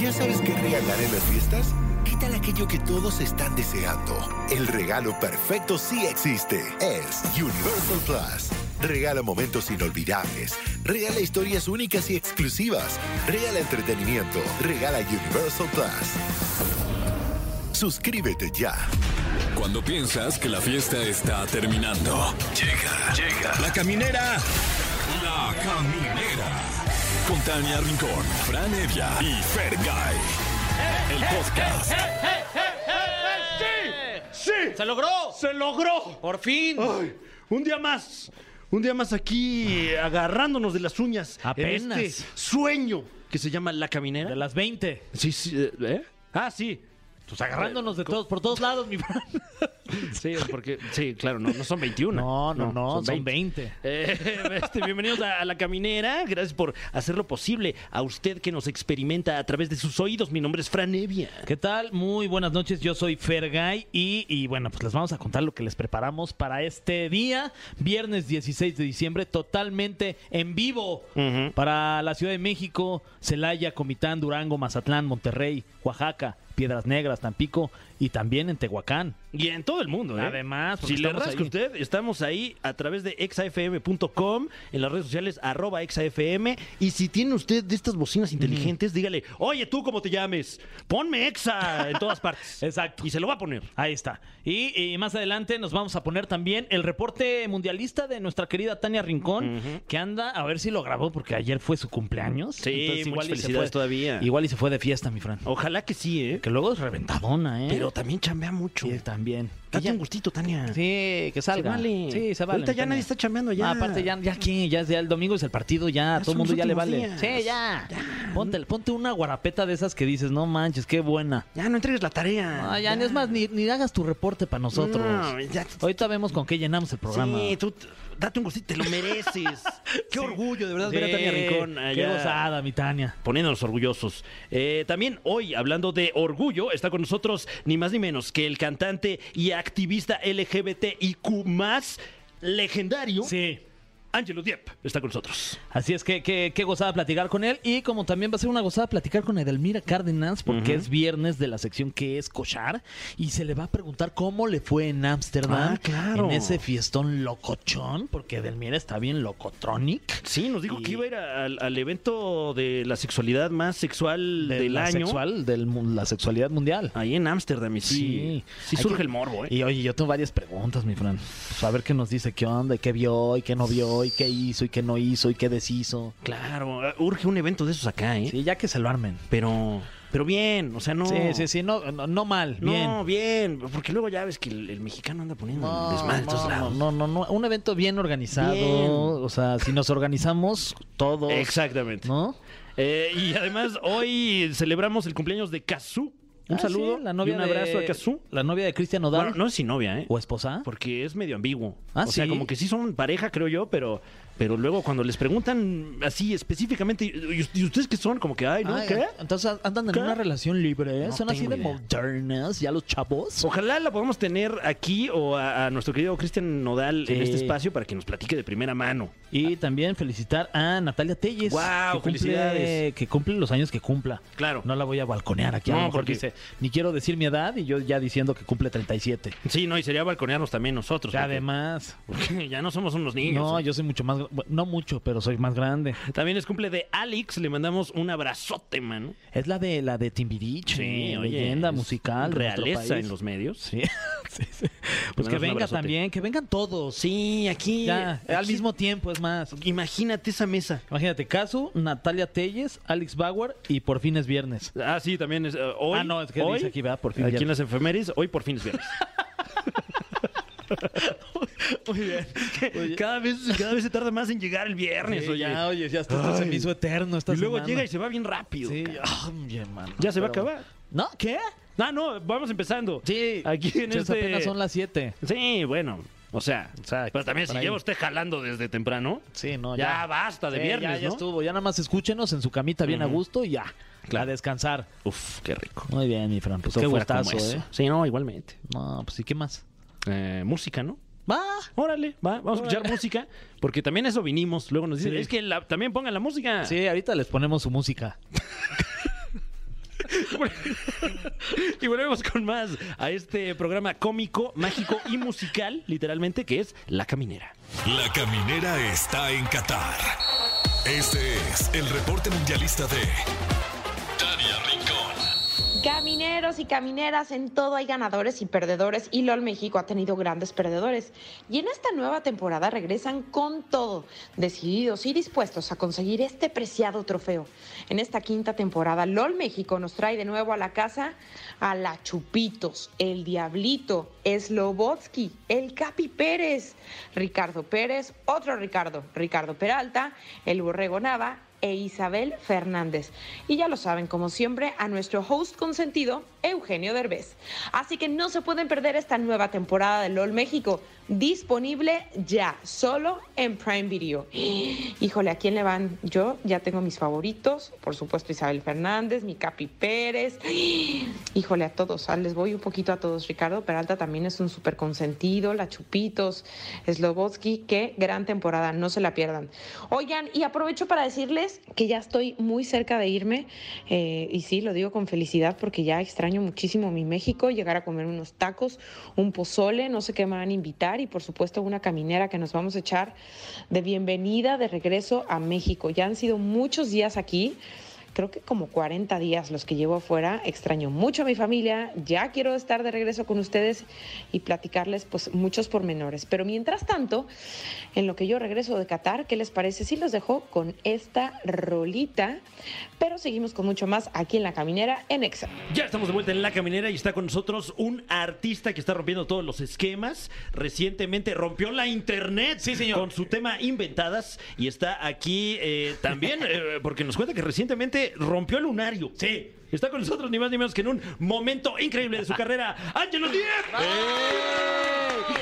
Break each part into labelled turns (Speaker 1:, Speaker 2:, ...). Speaker 1: ¿Ya sabes qué regalar en las fiestas? ¿Qué tal aquello que todos están deseando? El regalo perfecto sí existe. Es Universal Plus. Regala momentos inolvidables. Regala historias únicas y exclusivas. Regala entretenimiento. Regala Universal Plus. Suscríbete ya.
Speaker 2: Cuando piensas que la fiesta está terminando. Llega, llega. La caminera. La caminera. Con Tania Rincón, Fran Evia y Fergay. El podcast.
Speaker 3: ¡Sí!
Speaker 4: ¡Se logró!
Speaker 3: ¡Se logró!
Speaker 4: ¡Por fin!
Speaker 3: Ay, un día más. Un día más aquí eh, agarrándonos de las uñas. en
Speaker 4: Apenas.
Speaker 3: este sueño que se llama La Caminera.
Speaker 4: De las 20.
Speaker 3: Sí, sí. eh, ¿eh? Ah, sí.
Speaker 4: Pues agarrándonos de todos, por todos lados, mi Fran.
Speaker 3: Eh, Sí, porque. Sí, claro, no, no son 21.
Speaker 4: No, no, no, son 20.
Speaker 3: Eh, este, bienvenidos a, a La Caminera. Gracias por hacerlo posible. A usted que nos experimenta a través de sus oídos. Mi nombre es Fran Evia.
Speaker 4: ¿Qué tal? Muy buenas noches, yo soy Fergay y, y bueno, pues les vamos a contar lo que les preparamos para este día, viernes 16 de diciembre, totalmente en vivo
Speaker 3: Ujú.
Speaker 4: para la Ciudad de México, Celaya, Comitán, Durango, Mazatlán, Monterrey, Oaxaca, Piedras Negras, Tampico y también en Tehuacán.
Speaker 3: Y en todo el mundo, ¿eh?
Speaker 4: Además, porque
Speaker 3: si le
Speaker 4: estamos
Speaker 3: rasca
Speaker 4: ahí.
Speaker 3: usted, estamos ahí a través de exafm.com, en las redes sociales, arroba exafm. Y si tiene usted de estas bocinas inteligentes, dígale, oye, tú cómo te llames, ponme exa en todas partes.
Speaker 4: Exacto.
Speaker 3: Y se lo va a poner.
Speaker 4: Ahí está. Y, y más adelante nos vamos a poner también el reporte mundialista de nuestra querida Tania Rincón, que anda a ver si lo grabó porque ayer fue su cumpleaños.
Speaker 3: Sí, muchas
Speaker 4: y se
Speaker 3: felicidades
Speaker 4: fue-
Speaker 3: todavía.
Speaker 4: Igual y se fue de fiesta, mi Fran.
Speaker 3: Ojalá que sí, ¿eh?
Speaker 4: Que luego es reventadona, ¿eh?
Speaker 3: Pero también chambea mucho.
Speaker 4: Sí, también. Que
Speaker 3: Date
Speaker 4: ya-
Speaker 3: un gustito, Tania.
Speaker 4: Sí, que salga.
Speaker 3: Se vale.
Speaker 4: Sí, se vale.
Speaker 3: Ahorita ya
Speaker 4: Tania.
Speaker 3: nadie está chambeando, ya.
Speaker 4: Ah, aparte, ya, ya aquí, ya, es- ya el domingo es el partido, ya,
Speaker 3: Ya son
Speaker 4: todo el mundo
Speaker 3: los
Speaker 4: ya le vale.
Speaker 3: últimos días.
Speaker 4: Sí, ya. Ponte, ponte una guarapeta de esas que dices, no manches, qué buena.
Speaker 3: Ya no entregues la tarea.
Speaker 4: Ah, ya, es más, ni, ni hagas tu reporte para nosotros.
Speaker 3: No, ya-
Speaker 4: Ahorita vemos con qué llenamos el programa.
Speaker 3: Sí, tú t- date un gustito, te lo mereces. Qué orgullo, de verdad, ver a Tania
Speaker 4: Sí,
Speaker 3: Rincón.
Speaker 4: Qué
Speaker 3: allá.
Speaker 4: gozada, mi Tania.
Speaker 3: poniéndonos orgullosos. Eh, también hoy, hablando de orgullo, está con nosotros ni más ni menos que el cantante y activista LGBTIQ más legendario,
Speaker 4: Sí.
Speaker 3: Angelo Diep, está con nosotros.
Speaker 4: Así es que qué, qué gozada platicar con él. Y como también va a ser una gozada platicar con Edelmira Cárdenas, porque es viernes de la sección que es Cochar. Y se le va a preguntar cómo le fue en Ámsterdam.
Speaker 3: Ah, claro.
Speaker 4: En ese fiestón locochón, porque Edelmira está bien locotronic.
Speaker 3: Sí, nos dijo
Speaker 4: Y-
Speaker 3: que iba a ir al, al evento de la sexualidad más sexual
Speaker 4: de
Speaker 3: del
Speaker 4: la
Speaker 3: año. Ah,
Speaker 4: Sexual, del, mu- la sexualidad mundial.
Speaker 3: Ahí en Ámsterdam, y sí. Sí,
Speaker 4: Hay
Speaker 3: surge
Speaker 4: que-
Speaker 3: el morbo, ¿eh?
Speaker 4: Y oye, yo tengo varias preguntas, mi Fran. Pues, a ver qué nos dice, qué onda, y qué vio, y qué no vio, y qué hizo, y qué no hizo, y qué deshizo.
Speaker 3: Claro, urge un evento de esos acá, ¿eh?
Speaker 4: Sí, ya que se lo armen.
Speaker 3: Pero, pero bien, o sea, no.
Speaker 4: Sí, sí, sí, no, no, no mal,
Speaker 3: No,
Speaker 4: bien.
Speaker 3: bien, porque luego ya ves que el, el mexicano anda poniendo el desmadre en todos
Speaker 4: no,
Speaker 3: lados.
Speaker 4: no, no, no, un evento bien organizado,
Speaker 3: Bien.
Speaker 4: o sea, si nos organizamos todos,
Speaker 3: Exactamente.
Speaker 4: ¿no?
Speaker 3: Eh, y además, hoy celebramos el cumpleaños de Kazú. Un
Speaker 4: Ah,
Speaker 3: saludo
Speaker 4: sí, la novia
Speaker 3: y un abrazo
Speaker 4: de-
Speaker 3: a Kazú.
Speaker 4: La novia de Cristian Odal
Speaker 3: Bueno, no es si novia, ¿eh?
Speaker 4: o esposa.
Speaker 3: Porque es medio ambiguo.
Speaker 4: Ah,
Speaker 3: o sea,
Speaker 4: ¿sí?
Speaker 3: como que sí son pareja, creo yo, pero, pero luego cuando les preguntan así específicamente, ¿y, y ustedes qué son? Como que, ay, ¿no?
Speaker 4: Ay,
Speaker 3: ¿Qué?
Speaker 4: Entonces andan en
Speaker 3: ¿Qué?
Speaker 4: una relación libre, ¿eh?
Speaker 3: No
Speaker 4: son así
Speaker 3: tengo
Speaker 4: de
Speaker 3: idea.
Speaker 4: modernas, ya los chavos.
Speaker 3: Ojalá la podamos tener aquí o a, a nuestro querido Cristian Nodal en
Speaker 4: Sí.
Speaker 3: este espacio para que nos platique de primera mano.
Speaker 4: Y también felicitar a Natalia Telles.
Speaker 3: Guau,
Speaker 4: que cumple-
Speaker 3: felicidades.
Speaker 4: Que cumple los años que cumpla.
Speaker 3: Claro.
Speaker 4: No la voy a balconear aquí.
Speaker 3: No,
Speaker 4: a lo mejor
Speaker 3: porque-
Speaker 4: dice, ni quiero decir mi edad y yo ya diciendo que cumple 37.
Speaker 3: Sí, no, y sería balconearnos también nosotros. porque-
Speaker 4: además.
Speaker 3: porque ya no somos unos niños.
Speaker 4: No, yo soy mucho más. gr- bueno, No mucho, pero soy más grande.
Speaker 3: También es cumple de Alex, le mandamos un abrazote, mano.
Speaker 4: Es la de la de Timbiriche. eh, leyenda
Speaker 3: es
Speaker 4: musical. de nuestro
Speaker 3: Realeza
Speaker 4: país.
Speaker 3: en los medios.
Speaker 4: Sí, sí, sí. Pues
Speaker 3: Mandamos
Speaker 4: que
Speaker 3: un
Speaker 4: venga
Speaker 3: abrazote.
Speaker 4: también, que vengan todos.
Speaker 3: Sí, aquí.
Speaker 4: Ya, al
Speaker 3: aquí-
Speaker 4: mismo tiempo, es más.
Speaker 3: Imagínate esa mesa.
Speaker 4: Imagínate, Casu, Natalia Telles, Alex Bauer y por fin es viernes.
Speaker 3: Ah, sí, también es. eh, hoy,
Speaker 4: Ah, no, es que
Speaker 3: hoy,
Speaker 4: dice aquí, ¿verdad? Por fin
Speaker 3: Aquí en
Speaker 4: viernes.
Speaker 3: las efemérides, hoy por fin es viernes.
Speaker 4: Muy bien.
Speaker 3: cada, vez, cada vez se tarda más en llegar el viernes, oye.
Speaker 4: Ya, oye, ya hasta esto se
Speaker 3: Ay.
Speaker 4: me hizo eterno esta
Speaker 3: y luego
Speaker 4: semana.
Speaker 3: llega y se va bien rápido.
Speaker 4: Sí,
Speaker 3: cara.
Speaker 4: oye, mano,
Speaker 3: Ya se va a
Speaker 4: pero-
Speaker 3: acabar.
Speaker 4: ¿No? ¿Qué?
Speaker 3: Ah, no, vamos empezando.
Speaker 4: Sí.
Speaker 3: Aquí en
Speaker 4: Entonces
Speaker 3: este.
Speaker 4: apenas son las 7.
Speaker 3: Sí, bueno. O sea,
Speaker 4: sea,
Speaker 3: pero también si
Speaker 4: por ahí.
Speaker 3: lleva usted jalando desde temprano,
Speaker 4: Sí, no,
Speaker 3: ya,
Speaker 4: ya.
Speaker 3: basta de
Speaker 4: Sí,
Speaker 3: viernes,
Speaker 4: ya, ya
Speaker 3: ¿no?
Speaker 4: estuvo. Ya nada más escúchenos en su camita bien a gusto y ya.
Speaker 3: Claro.
Speaker 4: A descansar.
Speaker 3: Uf, qué rico.
Speaker 4: Muy bien, mi Fran. Pues
Speaker 3: Qué
Speaker 4: qué
Speaker 3: fuera
Speaker 4: gustazo,
Speaker 3: como eso.
Speaker 4: ¿eh?
Speaker 3: Sí, no, igualmente.
Speaker 4: No, pues ¿y qué más?
Speaker 3: Eh, música, ¿no?
Speaker 4: Va.
Speaker 3: Órale, va, vamos a escuchar música, porque también eso vinimos. Luego nos dicen,
Speaker 4: Ah. Sí.
Speaker 3: es que la- también pongan la música.
Speaker 4: Sí, ahorita les ponemos su música.
Speaker 3: y volvemos con más a este programa cómico, mágico y musical, literalmente, que es La Caminera.
Speaker 2: La caminera está en Qatar. Este es el reporte mundialista de Tania Rincón.
Speaker 5: Camineros y camineras, en todo hay ganadores y perdedores y LOL México ha tenido grandes perdedores. Y en esta nueva temporada regresan con todo, decididos y dispuestos a conseguir este preciado trofeo. En esta quinta temporada, LOL México nos trae de nuevo a la casa a la Chupitos, el Diablito, Slobotsky, el Capi Pérez, Ricardo Pérez, otro Ricardo, Ricardo Peralta, el Borrego Nava e Isabel Fernández. Y ya lo saben, como siempre, a nuestro host consentido, Eugenio Derbez. Así que no se pueden perder esta nueva temporada de LOL México, disponible ya, solo en Prime Video. Híjole, ¿a quién le van? Yo ya tengo mis favoritos, por supuesto Isabel Fernández, mi Capi Pérez. Híjole, a todos, ah, les voy un poquito a todos. Ricardo Peralta también es un súper consentido, la Chupitos, Slobotsky, qué gran temporada, no se la pierdan. Oigan, y aprovecho para decirles que ya estoy muy cerca de irme eh, y sí, lo digo con felicidad porque ya extraño muchísimo mi México, llegar a comer unos tacos, un pozole, no sé qué me van a invitar y por supuesto una caminera que nos vamos a echar de bienvenida de regreso a México. Ya han sido muchos días aquí. Creo que como 40 días los que llevo afuera, extraño mucho a mi familia, ya quiero estar de regreso con ustedes y platicarles pues muchos pormenores. Pero mientras tanto, en lo que yo regreso de Qatar, ¿qué les parece? Sí los dejo con esta rolita, pero seguimos con mucho más aquí en La Caminera en Exa.
Speaker 3: Ya estamos de vuelta en La Caminera y está con nosotros un artista que está rompiendo todos los esquemas. Recientemente rompió la internet con su tema Inventadas y está aquí eh, también eh, porque nos cuenta que recientemente rompió el lunario. Sí. Está con nosotros ni más ni menos que en un momento increíble de su carrera, Ángelo Díez.
Speaker 6: Oye,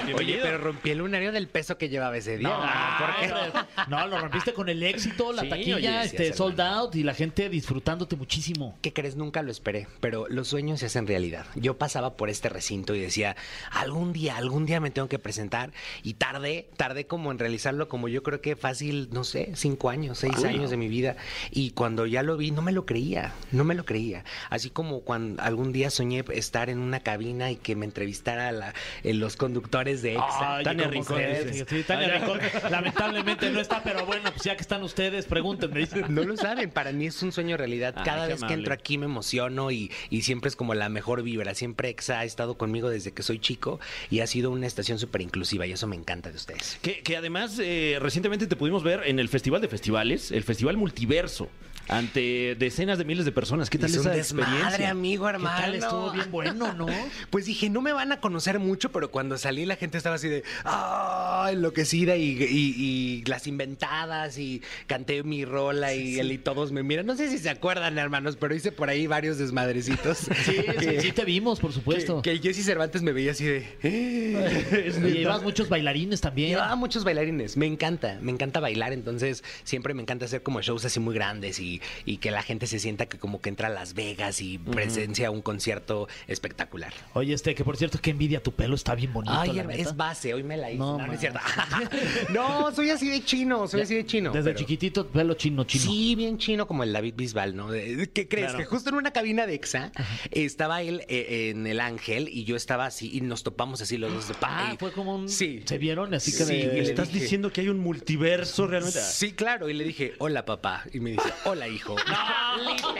Speaker 3: Bienvenido.
Speaker 6: pero rompí el lunario del peso que llevaba ese día.
Speaker 4: Ah, No, lo rompiste con el éxito, la
Speaker 6: Sí,
Speaker 4: taquilla,
Speaker 6: oye, sí,
Speaker 4: este,
Speaker 6: hace
Speaker 4: sold out y la gente disfrutándote muchísimo.
Speaker 6: ¿Qué crees? Nunca lo esperé, pero los sueños se hacen realidad. Yo pasaba por este recinto y decía, algún día, algún día me tengo que presentar. Y tardé, tardé como en realizarlo, como yo creo que fácil, no sé, cinco años, seis años de mi vida. Y cuando ya lo vi, no me lo creía, no me lo creía. Así como cuando algún día soñé estar en una cabina y que me entrevistara la- eh, los conductores de EXA.
Speaker 4: Ay,
Speaker 6: Tania
Speaker 4: como
Speaker 6: Rincón.
Speaker 4: ustedes. Sí, Ah, Tania Rincón, lamentablemente no está, pero bueno, pues ya que están ustedes, pregúntenme. dice.
Speaker 6: No lo saben, para mí es un sueño realidad.
Speaker 3: Ay,
Speaker 6: Cada
Speaker 3: qué
Speaker 6: vez que entro
Speaker 3: amable.
Speaker 6: aquí me emociono y, y siempre es como la mejor vibra. Siempre EXA ha estado conmigo desde que soy chico y ha sido una estación súper inclusiva y eso me encanta de ustedes.
Speaker 3: Que, que además eh, recientemente te pudimos ver en el Festival de Festivales, el Festival Multiverso, ante decenas de miles de personas. ¿Qué tal
Speaker 6: es
Speaker 3: esa
Speaker 6: un desmadre,
Speaker 3: experiencia?
Speaker 6: amigo,
Speaker 4: ¿Qué
Speaker 6: hermano.
Speaker 4: tal? Estuvo bien bueno, ¿no?
Speaker 6: Pues dije, no me van a conocer mucho, pero cuando salí la gente estaba así de, ah, enloquecida y, y- y las inventadas y canté mi rola y, el- y todos me miran. No sé si se acuerdan, hermanos, pero hice por ahí varios desmadrecitos.
Speaker 4: Sí, sí,
Speaker 6: Que-
Speaker 4: sí te vimos, por supuesto.
Speaker 6: Que, que Jesse Cervantes me veía así de. "Eh".
Speaker 4: Y llevas muchos bailarines también.
Speaker 6: Llevaba muchos bailarines. Me encanta, me encanta bailar. Entonces, siempre me encanta hacer como shows así muy grandes y, y que la gente se sienta que como que entra a Las Vegas y presencia un concierto espectacular.
Speaker 4: Oye, este, que por cierto, qué envidia tu pelo, está bien bonito.
Speaker 6: Ay,
Speaker 4: la
Speaker 6: es
Speaker 4: neta.
Speaker 6: base, hoy me la hice.
Speaker 4: No,
Speaker 6: No, no,
Speaker 4: man.
Speaker 6: es cierto. no, soy así de chino, soy así de chino.
Speaker 4: Desde
Speaker 6: pero-
Speaker 4: chiquitito, pelo chino, chino.
Speaker 6: Sí, bien chino como el David Bisbal, ¿no? Eh, ¿Qué crees?
Speaker 4: Claro.
Speaker 6: Que justo en una cabina de EXA estaba él eh, en el Ángel y yo estaba así y nos topamos así los dos de pa-
Speaker 4: Ah,
Speaker 6: y-
Speaker 4: fue como un...
Speaker 6: Sí.
Speaker 4: Se vieron, así que...
Speaker 6: Sí,
Speaker 4: de-
Speaker 6: le
Speaker 3: ¿Estás
Speaker 6: dije-
Speaker 3: diciendo que hay un multiverso realmente?
Speaker 6: Sí, claro. Y le dije, hola papá. Y me dice, hola hijo. ¡No!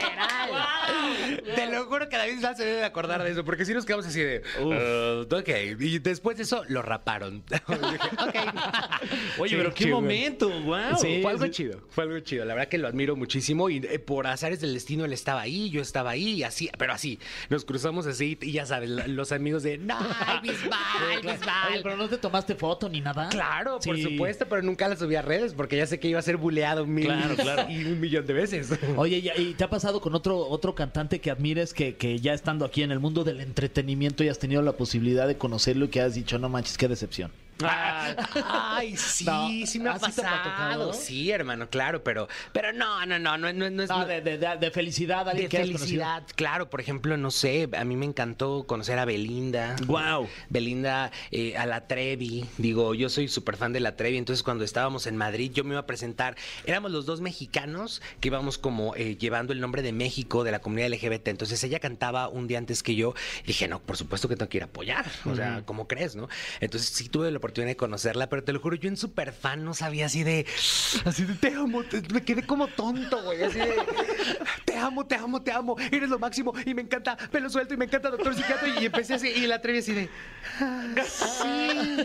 Speaker 6: ¡Literal! Te lo juro que David Bisbal se debe de acordar de eso, porque si nos quedamos así de. "Uh, ok. Y después de eso lo raparon. Y dije, ok.
Speaker 3: Oye,
Speaker 6: Sí,
Speaker 3: pero qué
Speaker 6: chido.
Speaker 3: momento, wow.
Speaker 6: Sí, fue algo
Speaker 4: sí.
Speaker 6: chido, fue algo chido. La verdad que lo admiro muchísimo y eh, por azares del destino él estaba ahí, yo estaba ahí, y así, pero así, nos cruzamos así y ya sabes, la- los amigos de, no, Bisbal, Bisbal.
Speaker 4: Oye, pero no te tomaste foto ni nada.
Speaker 6: Pues, Claro, por
Speaker 4: Sí.
Speaker 6: supuesto, pero nunca la subí a redes porque ya sé que iba a ser buleado mil
Speaker 3: Claro, claro.
Speaker 6: y un millón de veces.
Speaker 4: Oye, ¿y, y te ha pasado con otro, otro cantante que admires que, que ya estando aquí en el mundo del entretenimiento y has tenido la posibilidad de conocerlo y que has dicho, no manches, qué decepción?
Speaker 6: Ah. Ay, sí,
Speaker 4: No,
Speaker 6: sí me ha
Speaker 4: ¿así te ha
Speaker 6: pasado.
Speaker 4: tocado?
Speaker 6: Sí, hermano, claro, pero, pero no, no, no, no, no, no es.
Speaker 4: Ah,
Speaker 6: no-
Speaker 4: de, de- de- de felicidad, alguien
Speaker 6: de
Speaker 4: que hayas conocido.
Speaker 6: felicidad, claro. Por ejemplo, no sé, a mí me encantó conocer a Belinda.
Speaker 3: Guau.
Speaker 6: Belinda, eh, a la Trevi. Digo, yo soy súper fan de la Trevi. Entonces, cuando estábamos en Madrid, yo me iba a presentar. Éramos los dos mexicanos que íbamos como eh, llevando el nombre de México, de la comunidad LGBT. Entonces, ella cantaba un día antes que yo. Dije, no, por supuesto que tengo que ir a apoyar. O sea, ¿cómo crees, no? Entonces, sí tuve la oportunidad de conocerla, pero te lo juro, yo en súper fan no sabía así de. Así de, te amo. te- me quedé como tonto, güey. Así de, te amo, te amo, te amo. Eres lo máximo y me encanta pelo suelto y me encanta doctor psiquiatra. Y empecé así, y la Trevi así de. Sí,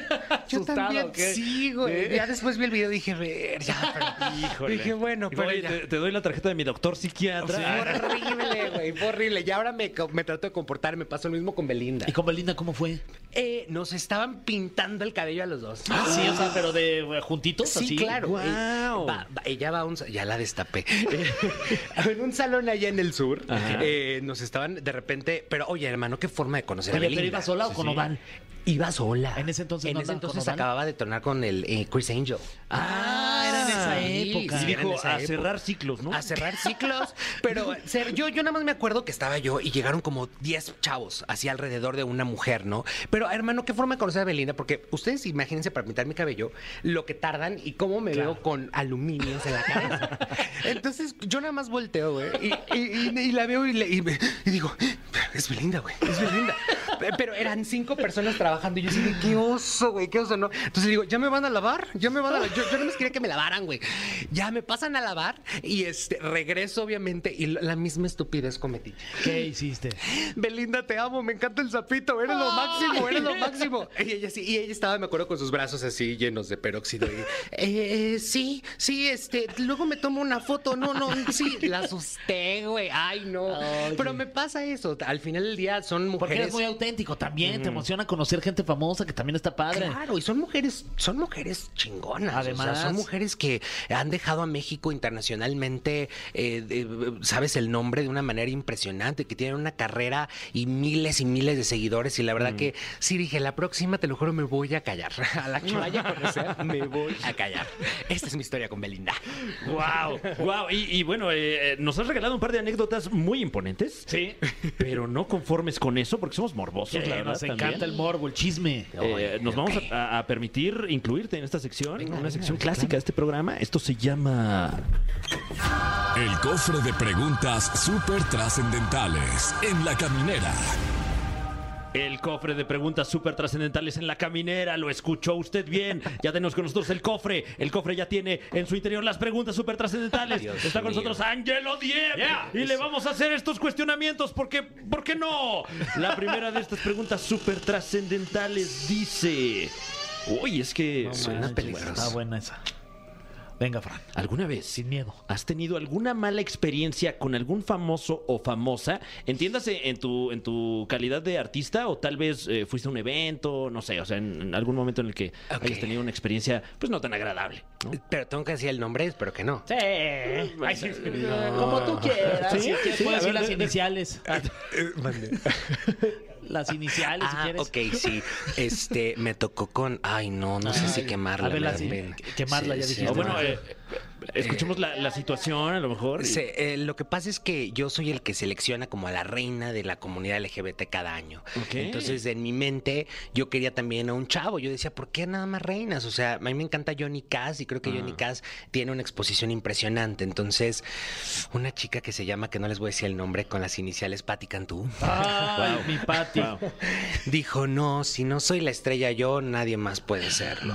Speaker 6: yo
Speaker 4: Asustado,
Speaker 6: también
Speaker 4: ¿o qué?
Speaker 6: sí, güey. Ya después vi el video y dije, ver, ya, pero-
Speaker 3: Híjole.
Speaker 6: Dije, bueno,
Speaker 3: Digo,
Speaker 6: pero
Speaker 3: oye,
Speaker 6: ya.
Speaker 3: te, te doy la tarjeta de mi doctor psiquiatra. Ah,
Speaker 6: Fue horrible, güey, fue horrible. Y ahora me, co- me trato de comportar, me pasó lo mismo con Belinda.
Speaker 4: ¿Y con Belinda cómo fue?
Speaker 6: Eh, nos estaban pintando el cabello a los dos.
Speaker 4: sí, o sea, pero de eh, juntitos,
Speaker 6: Ah, Sí,
Speaker 4: así.
Speaker 6: claro.
Speaker 4: Guau.
Speaker 6: Eh, va- va- ella va a un... sa- Ya la destapé. en un salón allá en el sur, eh, nos estaban de repente... Pero, oye, hermano, qué forma de conocer a
Speaker 4: Oye,
Speaker 6: Belinda.
Speaker 4: pero iba sola o con Odal.
Speaker 6: Iba sola.
Speaker 4: En ese entonces
Speaker 6: En
Speaker 4: no
Speaker 6: ese
Speaker 4: andaba con
Speaker 6: entonces
Speaker 4: Odal.
Speaker 6: acababa de tornar con el eh, Chris Angel.
Speaker 4: Ah, era en esa
Speaker 6: Sí,
Speaker 4: época.
Speaker 6: sí,
Speaker 3: Y
Speaker 6: era en
Speaker 3: dijo,
Speaker 6: esa
Speaker 3: a
Speaker 6: época.
Speaker 3: cerrar ciclos, ¿no?
Speaker 6: A cerrar ciclos. Pero ser- yo, yo nada más me acuerdo que estaba yo y llegaron como 10 chavos así alrededor de una mujer, ¿no? Pero hermano, qué forma de conocer a Belinda, porque ustedes imagínense para pintar mi cabello lo que tardan y cómo me veo con aluminios en la cabeza. Entonces yo nada más volteo, güey, y, y- y- y la veo y, le- y me- y digo, es Belinda, güey, es Belinda. Pero eran cinco personas trabajando y yo así de, qué oso, güey, qué oso, ¿no? Entonces digo, ¿ya me van a lavar? ¿Ya me van a lavar? Yo, yo no me quería que me lavaran, güey. Ya me pasan a lavar y este, regreso, obviamente, y la misma estupidez cometí.
Speaker 4: ¿Qué hiciste?
Speaker 6: Belinda, te amo, me encanta el zapito, eres lo máximo, eres lo máximo. Y ella, sí, y ella estaba, me acuerdo, con sus brazos así llenos de peróxido. y, eh, eh, sí, sí, este, luego me tomo una foto, no, no, sí, la asusté, güey, ay, no.
Speaker 4: Oye.
Speaker 6: Pero me pasa eso, al final del día son
Speaker 4: Porque
Speaker 6: mujeres.
Speaker 4: eres muy auténtico también. Te emociona conocer gente famosa que también está padre.
Speaker 6: Claro, y son mujeres, son mujeres chingonas. Además,
Speaker 4: Además.
Speaker 6: son mujeres que han dejado a México internacionalmente, eh, de- sabes el nombre de una manera impresionante, que tienen una carrera y miles y miles de seguidores. Y la
Speaker 4: Mm.
Speaker 6: verdad que sí dije, la próxima, te lo juro, me voy a callar. A la que vaya a conocer, me voy a callar. Esta es mi historia con Belinda.
Speaker 3: Wow, wow. Y, y bueno, eh, eh, nos has regalado un par de anécdotas muy imponentes. Sí. Pero no conformes con eso porque somos morbosos,
Speaker 4: Sí,
Speaker 3: la verdad.
Speaker 4: Eh, nos encanta
Speaker 3: también.
Speaker 4: el morbo, el chisme.
Speaker 3: Eh, nos vamos
Speaker 6: Ok.
Speaker 3: a, a permitir incluirte en esta sección, en una sección clásica de este programa. Esto se llama.
Speaker 2: El cofre de preguntas súper trascendentales en la caminera.
Speaker 3: El cofre de preguntas súper trascendentales en la caminera, lo escuchó usted bien. Ya tenemos con nosotros el cofre. El cofre ya tiene en su interior las preguntas súper trascendentales.
Speaker 6: Dios
Speaker 3: Está con
Speaker 6: mío.
Speaker 3: nosotros Angelo Diem. Y le vamos a hacer estos cuestionamientos porque, ¿por qué no? La primera de estas preguntas súper trascendentales dice... Uy, es que...
Speaker 6: Suena
Speaker 4: Manches,
Speaker 6: peligroso.
Speaker 4: Está buena esa. Venga, Fran.
Speaker 3: ¿Alguna vez?
Speaker 4: Sin miedo.
Speaker 3: ¿Has tenido alguna mala experiencia con algún famoso o famosa? Entiéndase en tu, en tu calidad de artista o tal vez eh, fuiste a un evento, no sé, o sea, en, en algún momento en el que
Speaker 6: Ok.
Speaker 3: hayas tenido una experiencia pues no tan agradable. ¿no?
Speaker 4: Eh,
Speaker 6: Pero tengo que decir el nombre, espero que no.
Speaker 4: Sí. Como tú quieras. Si quieres, puedes decir las iniciales. eh, las iniciales, si
Speaker 6: Ah,
Speaker 4: quieres.
Speaker 6: ok, sí. Este, me tocó con. Ay, no, no sé si
Speaker 4: Ay,
Speaker 6: quemarla.
Speaker 4: a ver,
Speaker 6: me
Speaker 4: la-
Speaker 6: da
Speaker 4: sí,
Speaker 6: pena.
Speaker 4: quemarla, ya dijiste.
Speaker 3: O bueno,
Speaker 6: no.
Speaker 3: eh, escuchemos la, la situación a lo mejor. y-
Speaker 6: Se- eh, lo que pasa es que yo soy el que selecciona como a la reina de la comunidad LGBT cada año.
Speaker 3: Ok.
Speaker 6: Entonces, en mi mente, yo quería también a un chavo. Yo decía, ¿por qué nada más reinas? O sea, a mí me encanta Johnny Cass y creo que
Speaker 3: Ah.
Speaker 6: Johnny Cass tiene una exposición impresionante. Entonces, una chica que se llama, que no les voy a decir el nombre, con las iniciales Patti Cantú,
Speaker 4: Ay, mi Pati.
Speaker 6: dijo, no, si no soy la estrella yo, nadie más puede serlo.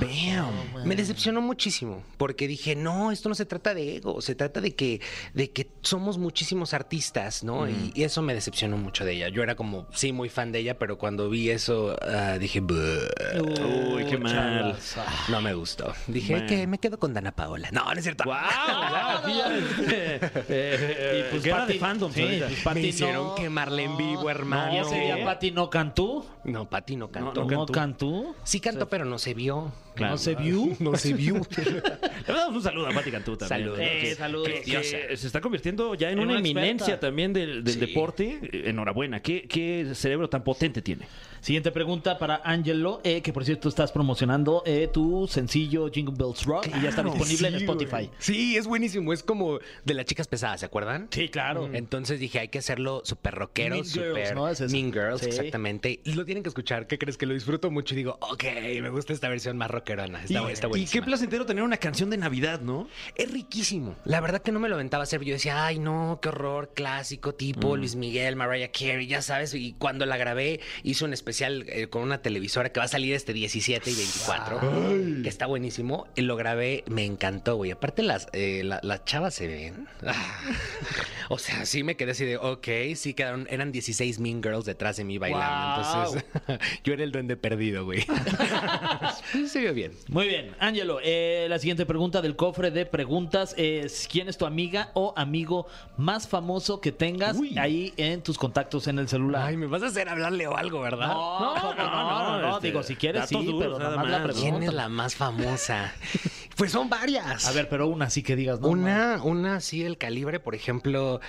Speaker 6: Me decepcionó muchísimo porque dije, no, esto no se trata de ego, se trata de que, de que somos muchísimos artistas, ¿no? Y, y eso me decepcionó mucho de ella. Yo era como, sí, muy fan de ella, pero cuando vi eso ah, dije, "Buh".
Speaker 3: Uy,
Speaker 4: eh,
Speaker 3: qué mal.
Speaker 4: Chalas. Ah,
Speaker 6: no me gustó. Dije
Speaker 3: Bueno.
Speaker 6: que me quedo con Dana Paola. No, no es cierto.
Speaker 3: ¡Wow! y pues guerra de
Speaker 4: Pati-
Speaker 3: fandoms
Speaker 4: sí,
Speaker 3: ahorita.
Speaker 4: pues,
Speaker 6: Me
Speaker 4: Pati,
Speaker 6: hicieron
Speaker 4: no.
Speaker 6: quemarla en vivo, hermano.
Speaker 4: No, ese día Pati no cantó.
Speaker 6: No, Pati no cantó.
Speaker 3: No
Speaker 4: No,
Speaker 3: cantó.
Speaker 4: cantó.
Speaker 6: Sí cantó, pero no se vio.
Speaker 3: Claro.
Speaker 4: No se vio.
Speaker 6: No se vio.
Speaker 3: Le damos un saludo a Pati Cantú también.
Speaker 6: Saludos.
Speaker 3: Eh,
Speaker 4: Eh, saludos.
Speaker 3: que- que
Speaker 6: Diosa.
Speaker 3: se está convirtiendo ya en,
Speaker 4: En
Speaker 3: una,
Speaker 4: una
Speaker 3: eminencia
Speaker 4: experta.
Speaker 3: también del, del
Speaker 6: Sí.
Speaker 3: deporte. Eh, Enhorabuena. ¿Qué, qué cerebro tan potente tiene?
Speaker 4: Siguiente pregunta para Angelo, eh, que por cierto estás promocionando eh, tu sencillo Jingle Bells Rock y ya está disponible en
Speaker 6: Sí,
Speaker 4: Spotify.
Speaker 6: güey. Sí, es buenísimo. Es como de las chicas pesadas, ¿se acuerdan?
Speaker 4: Sí, claro.
Speaker 3: Mm.
Speaker 6: Entonces dije, hay que hacerlo súper rockero,
Speaker 4: Mean Girls,
Speaker 6: súper
Speaker 4: ¿no? Es eso.
Speaker 6: Mean Girls,
Speaker 4: Sí.
Speaker 6: exactamente. Y lo tienen que escuchar. ¿Qué crees? Que lo disfruto mucho y digo, ok, me gusta esta versión más rockerona. Está, bu- está
Speaker 3: y qué
Speaker 6: buenísima.
Speaker 3: placentero tener una canción de Navidad, ¿no?
Speaker 6: Es riquísimo. La verdad que no me lo aventaba hacer. Yo decía, ay, no, qué horror, clásico,
Speaker 4: Mm.
Speaker 6: tipo Luis Miguel, Mariah Carey, ya sabes. Y cuando la grabé, hice un especial eh, con una televisora que va a salir este 17 y 24, que está buenísimo. Y lo grabé, me encantó, güey. Aparte, las, eh, la- las chavas se ven. Ah. o sea, sí me quedé así de, ok, sí quedaron, eran 16 Mean Girls detrás de mí bailando.
Speaker 4: Guau.
Speaker 6: Entonces, yo era el duende perdido, güey. se vio bien.
Speaker 4: Muy bien, Angelo, eh, la siguiente pregunta del cofre de preguntas es ¿quién es tu amiga o amigo más famoso que tengas
Speaker 3: Uy.
Speaker 4: ahí en tus contactos en el celular?
Speaker 6: Ay, me vas a hacer hablarle o algo, ¿verdad?
Speaker 4: no, no, no, no, no,
Speaker 3: este,
Speaker 4: digo, si quieres sí,
Speaker 3: datos duros,
Speaker 4: pero nada
Speaker 3: nada
Speaker 4: más la
Speaker 3: más.
Speaker 4: pregunta.
Speaker 6: ¿Quién es la más famosa? pues son varias.
Speaker 4: A ver, pero una sí que digas, ¿no? mames.
Speaker 6: una, una sí del calibre, por ejemplo,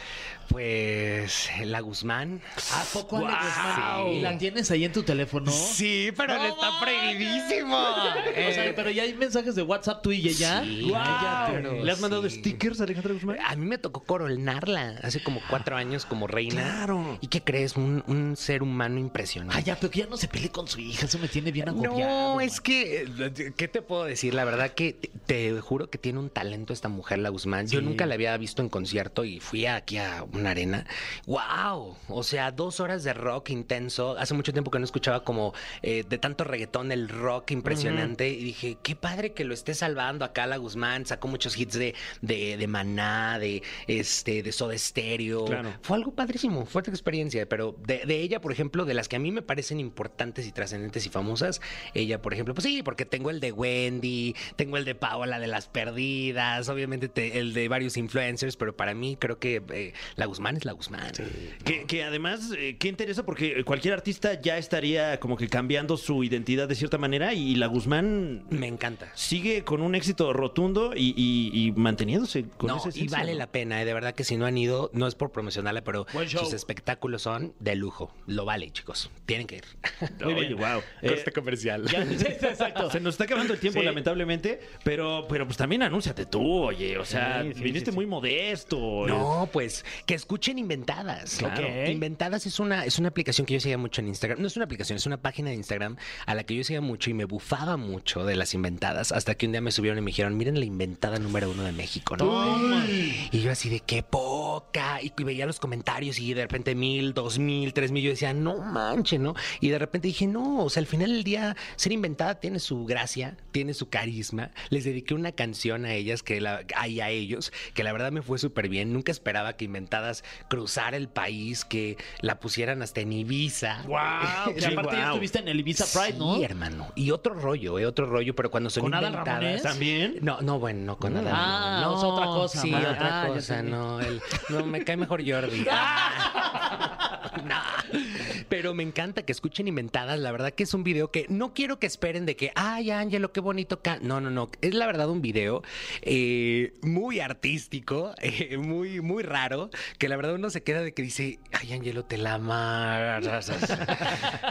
Speaker 6: pues la Guzmán.
Speaker 4: ¿A poco Ale
Speaker 6: Guau.
Speaker 4: Guzmán?
Speaker 6: Sí.
Speaker 4: ¿Y la tienes ahí en tu teléfono?
Speaker 6: Sí, pero
Speaker 4: Ah, ¡No
Speaker 6: le está
Speaker 4: mames!
Speaker 6: prohibidísimo.
Speaker 4: O sea,
Speaker 6: Eh,
Speaker 4: pero ya hay mensajes de WhatsApp tú y ella.
Speaker 6: Sí,
Speaker 4: ¡Guau!
Speaker 6: claro.
Speaker 3: ¿Le has mandado
Speaker 6: Sí. Ah.
Speaker 3: stickers a Alejandra Guzmán?
Speaker 6: A mí me tocó coronarla hace como cuatro años como reina.
Speaker 3: Claro.
Speaker 6: ¿Y qué crees? Un, un ser humano impresionante.
Speaker 4: Ay, ya, pero que ya no se pelee con su hija, eso me tiene bien agobiado.
Speaker 6: No, es
Speaker 4: man.
Speaker 6: que, eh, ¿qué te puedo decir? La verdad que te, te juro que tiene un talento esta mujer, la Guzmán. Yo
Speaker 4: Sí.
Speaker 6: nunca la había visto en concierto y fui aquí a una arena. ¡Wow! O sea, dos horas de rock intenso. Hace mucho tiempo que no escuchaba como eh, de tanto reggaetón el rock impresionante. Y dije, qué padre que lo esté salvando acá la Guzmán. Sacó muchos hits de, de, de Maná, de, este, de Soda Stereo.
Speaker 3: Claro.
Speaker 6: Fue algo padrísimo, fuerte experiencia, pero de, de ella, por ejemplo, de las que a mí me parecen importantes y trascendentes y famosas, ella, por ejemplo, pues sí, porque tengo el de Wendy, tengo el de Paola de las Perdidas, obviamente te- el de varios influencers, pero para mí creo que eh, la Guzmán es la Guzmán.
Speaker 3: Que, que además, eh, qué interesa, porque cualquier artista ya estaría como que cambiando su identidad de cierta manera y la Guzmán
Speaker 6: Me encanta.
Speaker 3: sigue con un éxito rotundo y, y- y manteniéndose con
Speaker 6: No,
Speaker 3: esa
Speaker 6: y
Speaker 3: esencia,
Speaker 6: vale
Speaker 3: ¿no?
Speaker 6: la pena, eh, de verdad que si no han ido, no es por promocionarla, pero
Speaker 4: Buen show.
Speaker 6: sus espectáculos son de lujo. Lo vale, chicos. Tienen que ir.
Speaker 3: Muy
Speaker 4: Oye,
Speaker 3: bien. Eh,
Speaker 6: Corte comercial.
Speaker 4: Ya, sí, sí, exacto.
Speaker 3: Se nos está acabando el tiempo,
Speaker 4: Sí.
Speaker 3: lamentablemente, pero, pero pues también anúnciate tú, oye. O sea,
Speaker 4: Sí, sí,
Speaker 3: viniste
Speaker 4: sí, sí.
Speaker 3: muy modesto.
Speaker 6: No, pues que escuchen Inventadas.
Speaker 4: Claro.
Speaker 6: Ok. Inventadas es una, es una aplicación que yo seguía mucho en Instagram. No es una aplicación, es una página de Instagram a la que yo seguía mucho y me bufaba mucho de las inventadas. Hasta que un día me subieron y me dijeron, miren la inventada número uno de México, ¿no? Y yo así de qué poca. Y, y veía los comentarios y de repente mil, dos mil, tres mil. Yo decía, no manche, ¿no? Y de repente dije, no, o sea, al final del día, ser inventada tiene su gracia, tiene su carisma. Les dediqué una canción a ellas que la, ay, a ellos, que la verdad me fue súper bien. Nunca esperaba que inventadas cruzara el país, que la pusieran hasta en Ibiza.
Speaker 4: Guau, que
Speaker 3: Sí,
Speaker 4: aparte ya
Speaker 3: guau.
Speaker 4: estuviste en el Ibiza Pride, ¿no?
Speaker 6: Sí, hermano. Y otro rollo, ¿eh? Otro rollo, pero cuando son
Speaker 4: ¿Con Adal
Speaker 6: inventadas.
Speaker 4: Ramones?
Speaker 3: ¿También?
Speaker 6: No, no, bueno, no con Adal.
Speaker 4: Ah,
Speaker 6: no,
Speaker 4: o sea, otra cosa,
Speaker 6: Sí,
Speaker 4: ma.
Speaker 6: otra
Speaker 4: Ah, ya
Speaker 6: cosa,
Speaker 4: entendí.
Speaker 6: no. el- no, me cae mejor Jordi. No. Pero me encanta que escuchen inventadas. La verdad que es un video que no quiero que esperen de que, ay, Ángelo, qué bonito. ca-". No, no, no. Es la verdad un video eh, muy artístico, eh, muy, muy raro, que la verdad uno se queda de que dice, ay, Ángelo, te la amas.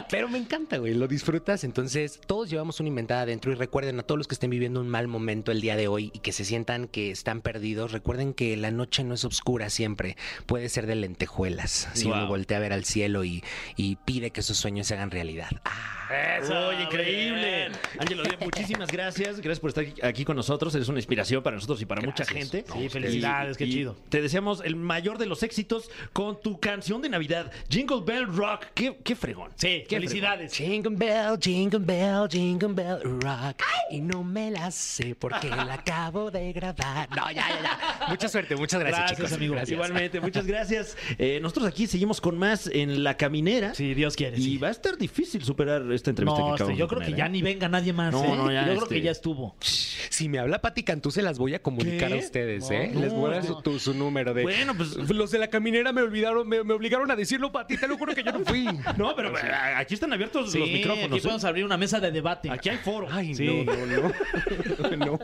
Speaker 6: Pero me encanta, güey. Lo disfrutas. Entonces, todos llevamos una inventada adentro y recuerden a todos los que estén viviendo un mal momento el día de hoy y que se sientan que están perdidos, recuerden que la noche no es oscura siempre. Puede ser de lentejuelas. Si
Speaker 3: Wow.
Speaker 6: uno voltea a ver al cielo y, y pide que sus sueños se hagan realidad. Ah,
Speaker 3: Eso, oye, increíble. Ángelo Díaz, muchísimas gracias. Gracias por estar aquí- aquí con nosotros. Eres una inspiración para nosotros y para mucha gente.
Speaker 4: No, Sí, felicidades, qué
Speaker 3: y
Speaker 4: chido.
Speaker 3: Te deseamos el mayor de los éxitos con tu canción de Navidad, Jingle Bell Rock. Qué, qué fregón.
Speaker 4: Sí,
Speaker 3: Qué
Speaker 4: felicidades.
Speaker 6: Jingle bell, jingle bell, jingle bell rock. Y no me la sé porque la acabo de grabar. No, ya, ya, ya. Mucha suerte, muchas gracias,
Speaker 4: Gracias,
Speaker 6: chicos.
Speaker 4: amigo.
Speaker 6: Gracias.
Speaker 3: Igualmente, muchas gracias. Eh, nosotros aquí seguimos con más en La Caminera.
Speaker 4: Si Dios quiere.
Speaker 3: Y
Speaker 4: sí.
Speaker 3: va a estar difícil superar esta entrevista que
Speaker 4: No,
Speaker 3: acabamos
Speaker 4: este, yo
Speaker 3: de
Speaker 4: creo que
Speaker 3: tener,
Speaker 4: ya
Speaker 3: ¿eh?
Speaker 4: ni venga nadie más.
Speaker 3: No,
Speaker 4: ¿eh?
Speaker 3: no, ya,
Speaker 4: yo creo
Speaker 3: este-
Speaker 4: que ya estuvo.
Speaker 6: Si me habla Pati Cantú, se las voy a comunicar
Speaker 3: ¿Qué?
Speaker 6: a ustedes,
Speaker 4: No,
Speaker 6: ¿eh?
Speaker 4: no,
Speaker 6: Les voy a dar
Speaker 4: no.
Speaker 6: su, tu- su número de.
Speaker 3: Bueno, pues-
Speaker 6: Los de la caminera me olvidaron, me, me obligaron a decirlo, Pati, te lo juro que yo no fui.
Speaker 3: No, pero eh, aquí están abiertos
Speaker 4: Sí,
Speaker 3: los
Speaker 4: Aquí
Speaker 3: micrófonos. ¿eh?
Speaker 4: podemos abrir una mesa de debate.
Speaker 3: Aquí hay foro.
Speaker 6: Ay,
Speaker 4: Sí.
Speaker 6: no, no, no. no.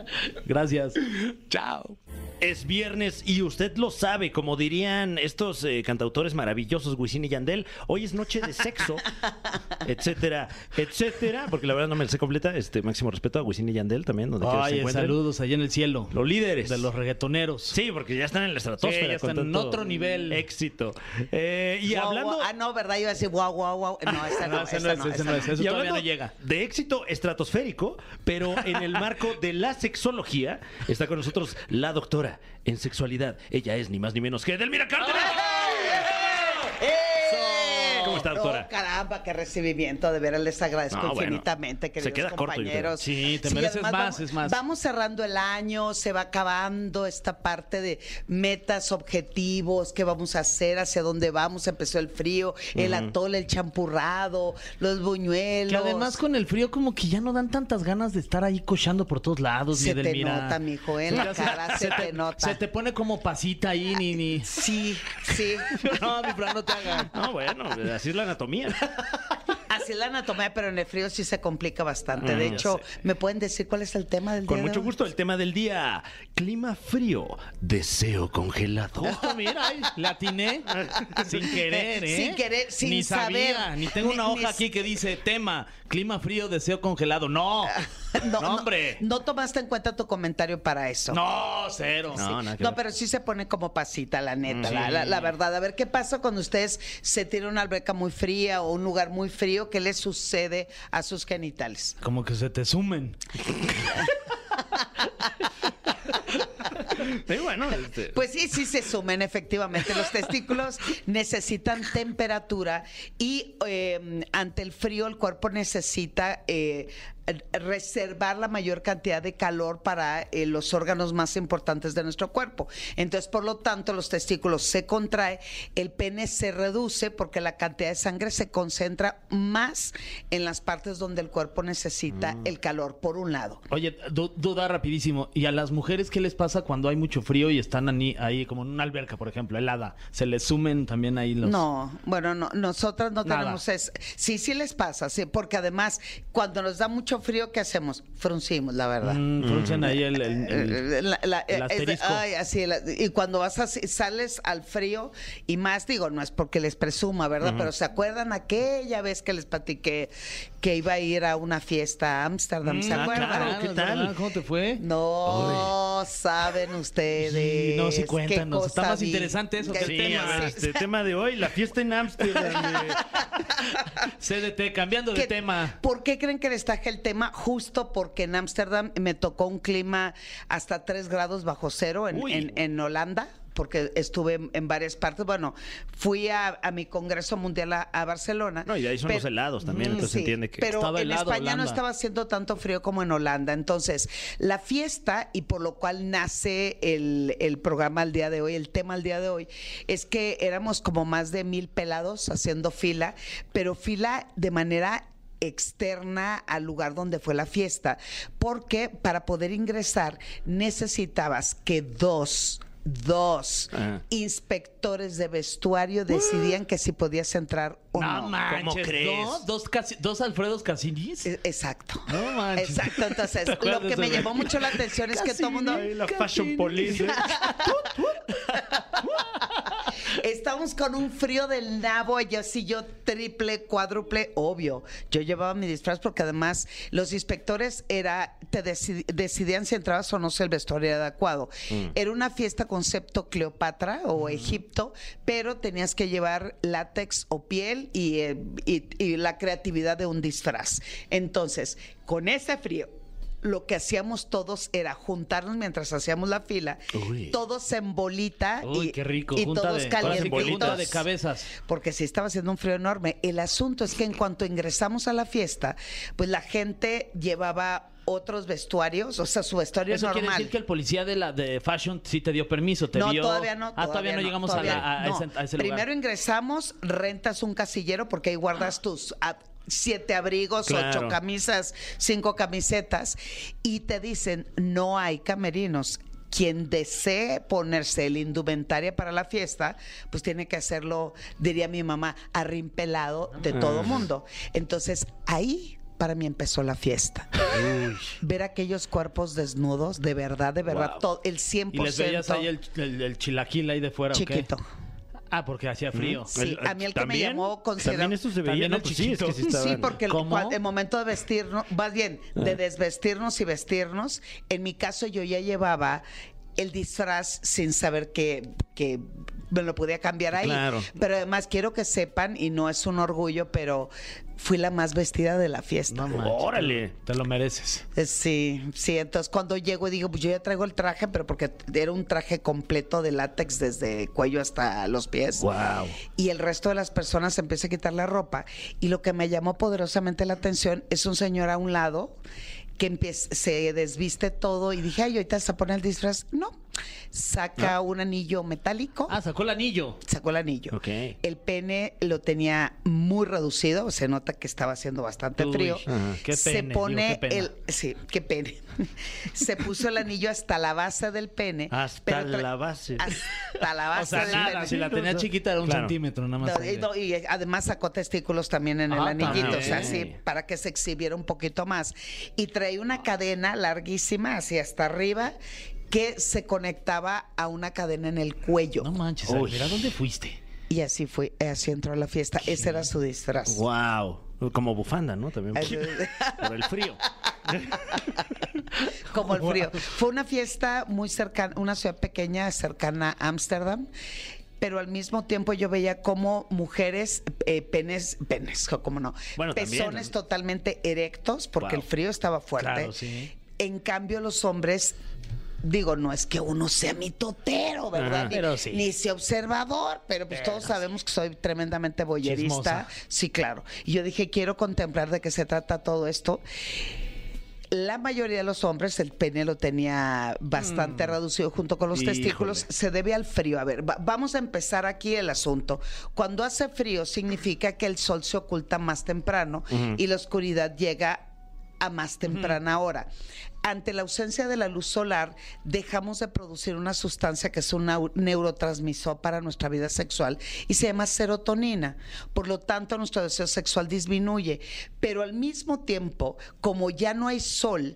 Speaker 4: Gracias.
Speaker 6: Chao.
Speaker 3: Es viernes y usted lo sabe, como dirían estos eh, cantautores maravillosos, Wisin y Yandel, hoy es noche de sexo, etcétera, etcétera, porque la verdad no me la sé completa, este máximo respeto a Wisin y Yandel también, donde quiera que se
Speaker 4: Oye,
Speaker 3: encuentren.
Speaker 4: saludos allá en el cielo.
Speaker 3: Los líderes.
Speaker 4: De los reggaetoneros.
Speaker 3: Sí, porque ya están en la estratosfera.
Speaker 4: Sí, ya están
Speaker 3: con
Speaker 4: en
Speaker 3: tanto
Speaker 4: otro nivel.
Speaker 3: Éxito. Eh, y
Speaker 7: Guau,
Speaker 3: hablando...
Speaker 7: guau. Ah, no, ¿verdad? Iba a decir guau, guau, guau. No, esa no,
Speaker 4: No,
Speaker 7: esa
Speaker 4: Ah, ese no es,
Speaker 7: no,
Speaker 4: ese
Speaker 7: esa
Speaker 4: no es. Eso
Speaker 3: Y
Speaker 4: todavía no
Speaker 3: hablando
Speaker 4: llega.
Speaker 3: De éxito estratosférico, pero en el marco de la sexología, está con nosotros la doctora en sexualidad. Ella es ni más ni menos que Delmira Cárdenas.
Speaker 7: ¡Eh!
Speaker 3: ¿Cómo está, doctora?
Speaker 7: No, caramba, qué recibimiento. De veras les agradezco
Speaker 3: No, bueno.
Speaker 7: infinitamente,
Speaker 3: Se
Speaker 7: queridos
Speaker 3: queda corto, yo creo.
Speaker 7: compañeros.
Speaker 4: Sí, te mereces
Speaker 7: además
Speaker 4: más,
Speaker 7: vamos-
Speaker 4: es más.
Speaker 7: Vamos cerrando el año, se va acabando esta parte de metas, objetivos, qué vamos a hacer, hacia dónde vamos. Empezó el frío, el atole, el champurrado, los buñuelos.
Speaker 4: Que además con el frío como que ya no dan tantas ganas de estar ahí cochando por todos lados.
Speaker 7: Se
Speaker 4: mi
Speaker 7: te
Speaker 4: Edelmira.
Speaker 7: nota, mijo, en
Speaker 4: Sí,
Speaker 7: la
Speaker 4: ya ¿eh? se-
Speaker 7: cara se te nota.
Speaker 4: Se te pone como pasita ahí, ni... ni...
Speaker 7: Sí, sí.
Speaker 4: No, mi Fran, no te hagas.
Speaker 3: No, bueno, así es la anatomía.
Speaker 7: Así es la anatomía, pero en el frío sí se complica bastante. De
Speaker 3: Ah, ya
Speaker 7: hecho,
Speaker 3: sé.
Speaker 7: ¿me pueden decir cuál es el tema del
Speaker 3: Con
Speaker 7: día de
Speaker 3: mucho
Speaker 7: hoy?
Speaker 3: gusto, el tema del día: clima frío, deseo congelado.
Speaker 4: Justo, mira, ay, la atiné sin querer, ¿eh?
Speaker 7: Sin querer, sin
Speaker 4: ni sabía,
Speaker 7: saber.
Speaker 4: Ni tengo
Speaker 7: Ni-
Speaker 4: una hoja
Speaker 7: ni-
Speaker 4: aquí que dice tema, clima frío, deseo congelado. No, no, hombre.
Speaker 7: No, tomaste en cuenta tu comentario para eso.
Speaker 4: No, cero.
Speaker 3: No, nada que
Speaker 7: No,
Speaker 3: ver.
Speaker 7: pero sí se pone como pasita, la neta, la, la- la verdad. A ver, ¿qué pasa cuando ustedes se tiran a una alberca muy fría o un lugar muy frío? ¿Qué les sucede a sus genitales?
Speaker 4: Como que se te sumen.
Speaker 3: Sí, bueno, este,
Speaker 7: Pues sí, sí se sumen, efectivamente. Los testículos necesitan temperatura y eh, ante el frío el cuerpo necesita eh, reservar la mayor cantidad de calor para eh, los órganos más importantes de nuestro cuerpo. Entonces, por lo tanto, los testículos se contrae, el pene se reduce porque la cantidad de sangre se concentra más en las partes donde el cuerpo necesita el calor, por un lado.
Speaker 4: Oye, du- duda rapidísimo. ¿Y a las mujeres qué les pasa cuando hay mucho frío y están ani- ahí como en una alberca, por ejemplo, helada? ¿Se les sumen también ahí los...?
Speaker 7: No, bueno, no, nosotras no
Speaker 4: Nada.
Speaker 7: tenemos eso. Sí, sí les pasa, sí, porque además cuando nos da mucho frío, ¿qué hacemos? Fruncimos, la verdad.
Speaker 4: Mm, fruncen ahí el... el- el-
Speaker 7: Eh, la- la-
Speaker 4: el
Speaker 7: es de-
Speaker 4: asterisco.
Speaker 7: ay, así, la- y cuando vas así, sales al frío y más digo, no es porque les presuma, ¿verdad? Pero se acuerdan aquella vez que les platiqué que iba a ir a una fiesta a Ámsterdam, eh, ¿se
Speaker 4: Ah,
Speaker 7: acuerdan?
Speaker 4: claro,
Speaker 3: ¿Qué
Speaker 4: es
Speaker 3: tal?
Speaker 4: verdad. ¿Cómo te fue?
Speaker 7: No saben ustedes.
Speaker 4: Sí, no, sí,
Speaker 7: qué
Speaker 4: cuéntanos, está
Speaker 7: cosa
Speaker 4: más
Speaker 7: vi.
Speaker 4: interesante eso que el
Speaker 3: sí,
Speaker 4: tema,
Speaker 3: a ver, este, tema de hoy: la fiesta en Ámsterdam. eh.
Speaker 4: CDT, cambiando de
Speaker 7: ¿Qué-
Speaker 4: tema.
Speaker 7: ¿Por qué creen que les traje el tema? Justo porque en Ámsterdam me tocó un clima hasta 3 grados bajo cero en,
Speaker 3: Uy.
Speaker 7: en- en Holanda porque estuve en, en varias partes. Bueno, fui a, a mi Congreso Mundial a, a Barcelona. Mm,
Speaker 3: No, y de ahí son los helados también, entonces se entiende que-
Speaker 7: Pero
Speaker 4: Estaba
Speaker 7: en
Speaker 4: helado
Speaker 7: España no
Speaker 4: Holanda.
Speaker 7: estaba haciendo tanto frío como en Holanda. Entonces, la fiesta, y por lo cual nace el, el programa al día de hoy, el tema al día de hoy, es que éramos como más de mil pelados haciendo fila, pero fila de manera externa al lugar donde fue la fiesta, porque para poder ingresar necesitabas que dos, dos
Speaker 3: Ajá.
Speaker 7: inspectores de vestuario decidían que si podías entrar o no.
Speaker 4: No manches,
Speaker 3: ¿cómo crees?
Speaker 4: ¿Dos, dos, casi- dos Alfredos Casinis.
Speaker 7: E- Exacto.
Speaker 4: No manches.
Speaker 7: Exacto. Entonces,
Speaker 4: ¿Te
Speaker 7: lo
Speaker 4: acuerdas
Speaker 7: que me
Speaker 4: de-
Speaker 7: llamó mucho la atención es que todo el mundo.
Speaker 3: Ay, la Fashion Police. eh.
Speaker 7: Estamos con un frío del nabo, yo sí, yo triple, cuádruple, obvio. Yo llevaba mi disfraz porque además los inspectores era, te deci- decidían si entrabas o no si el vestuario era adecuado. Era una fiesta concepto Cleopatra o Egipto, pero tenías que llevar látex o piel y, eh, y- y la creatividad de un disfraz. Entonces, con ese frío lo que hacíamos todos era juntarnos mientras hacíamos la fila,
Speaker 3: Uy.
Speaker 7: todos en bolita
Speaker 4: Uy,
Speaker 7: y,
Speaker 4: qué rico.
Speaker 7: y
Speaker 4: junta
Speaker 7: todos
Speaker 4: de, ahora sí que junta de
Speaker 7: calientitos.
Speaker 4: cabezas.
Speaker 7: Porque sí estaba haciendo un frío enorme. El asunto es que en cuanto ingresamos a la fiesta, pues la gente llevaba otros vestuarios, o sea, su vestuario
Speaker 4: Eso quiere
Speaker 7: normal.
Speaker 4: decir que el policía de la de fashion sí te dio permiso, te
Speaker 7: no,
Speaker 4: vio.
Speaker 7: todavía no.
Speaker 4: Ah, todavía no llegamos a
Speaker 7: todavía
Speaker 4: la- a,
Speaker 7: no.
Speaker 4: ese, a ese lugar.
Speaker 7: Primero ingresamos, rentas un casillero porque ahí guardas tus ah, siete abrigos,
Speaker 3: Claro.
Speaker 7: ocho camisas, cinco camisetas y te dicen no hay camerinos. Quien desee ponerse el indumentaria para la fiesta, pues tiene que
Speaker 4: Ah.
Speaker 7: hacerlo, diría mi mamá, arrimpelado de todo mundo. Entonces ahí para mí empezó la fiesta. Ver aquellos cuerpos desnudos, de verdad, de verdad,
Speaker 8: Wow.
Speaker 7: todo, el 100%.
Speaker 8: Y les veías ahí el, el- el chilaquil ahí de fuera. ¿o qué?
Speaker 7: chiquito.
Speaker 8: Ah, porque hacía
Speaker 3: Mm.
Speaker 8: frío.
Speaker 7: Sí, a mí el que me
Speaker 3: ¿También?
Speaker 7: llamó considera-
Speaker 3: También esto se veía,
Speaker 8: También
Speaker 3: ¿no?
Speaker 8: el
Speaker 3: Pues sí, es que sí
Speaker 8: chiquito.
Speaker 3: estaban-
Speaker 7: Sí, porque el,
Speaker 8: ¿Cómo?
Speaker 7: cua- el momento de vestirnos, más bien,
Speaker 3: Ah.
Speaker 7: de desvestirnos y vestirnos, en mi caso yo ya llevaba el disfraz sin saber que, que me lo podía cambiar ahí.
Speaker 3: Claro.
Speaker 7: Pero además quiero que sepan, y no es un orgullo, pero fui la más vestida de la fiesta.
Speaker 3: Órale.
Speaker 8: Te lo mereces.
Speaker 7: Eh, Sí, sí, entonces cuando llego y digo, pues yo ya traigo el traje, pero porque era un traje completo de látex desde cuello hasta los pies.
Speaker 3: Wow.
Speaker 7: Y el resto de las personas empieza a quitar la ropa. Y lo que me llamó poderosamente la atención es un señor a un lado que empieza, se desviste todo y dije, ay, ahorita se pone el disfraz. No, saca un anillo metálico,
Speaker 4: Ah, sacó el anillo.
Speaker 7: sacó el anillo.
Speaker 3: Ok.
Speaker 7: El pene lo tenía muy reducido, se nota que estaba haciendo bastante
Speaker 8: Uy,
Speaker 7: frío.
Speaker 8: ajá. Qué
Speaker 7: se
Speaker 8: pene, digo,
Speaker 7: pone
Speaker 8: qué pena.
Speaker 7: el sí, qué pene. se puso el anillo hasta la base del pene.
Speaker 3: Hasta
Speaker 7: pero tra-
Speaker 3: la base.
Speaker 7: Hasta la
Speaker 8: O
Speaker 7: base
Speaker 8: sea,
Speaker 7: del
Speaker 8: nada.
Speaker 7: pene.
Speaker 8: Si la tenía chiquita era un
Speaker 3: Claro.
Speaker 8: centímetro, nada más.
Speaker 7: No, y, no, y además sacó testículos también en el
Speaker 8: Ah,
Speaker 7: anillito, o sea,
Speaker 3: también.
Speaker 7: así para que se exhibiera un poquito más. Y traía una cadena larguísima, así hasta arriba, que se conectaba a una cadena en el cuello.
Speaker 4: No manches,
Speaker 3: Uy.
Speaker 4: mira dónde fuiste.
Speaker 7: Y así fue, así entró a la fiesta. Ese era su disfraz.
Speaker 3: Wow. Como bufanda, ¿no? También.
Speaker 7: Así-
Speaker 3: Por el frío.
Speaker 7: como el frío. Fue una fiesta muy cercana, una ciudad pequeña cercana a Ámsterdam. Pero al mismo tiempo yo veía como mujeres, eh, penes, penes, como no,
Speaker 3: Bueno, también,
Speaker 7: pezones
Speaker 3: ¿no?
Speaker 7: totalmente erectos porque
Speaker 3: Wow.
Speaker 7: el frío estaba fuerte.
Speaker 8: Claro, sí.
Speaker 7: En cambio los hombres, digo, no es que uno sea mitotero, ¿verdad?
Speaker 3: Ajá.
Speaker 7: ni,
Speaker 8: Pero sí.
Speaker 7: ni sea observador, pero pues todos sabemos que soy tremendamente
Speaker 8: Chismosa.
Speaker 7: boyerista. Sí, claro. Y yo dije, quiero contemplar de qué se trata todo esto. La mayoría de los hombres el pene lo tenía bastante reducido junto con los
Speaker 3: Híjole.
Speaker 7: testículos. Se debe al frío. A ver, va- vamos a empezar aquí el asunto. Cuando hace frío significa que el sol se oculta más temprano y la oscuridad llega a más temprana hora. Ante la ausencia de la luz solar, dejamos de producir una sustancia que es un neu- neurotransmisor para nuestra vida sexual y se llama serotonina. Por lo tanto, nuestro deseo sexual disminuye. Pero al mismo tiempo, como ya no hay sol,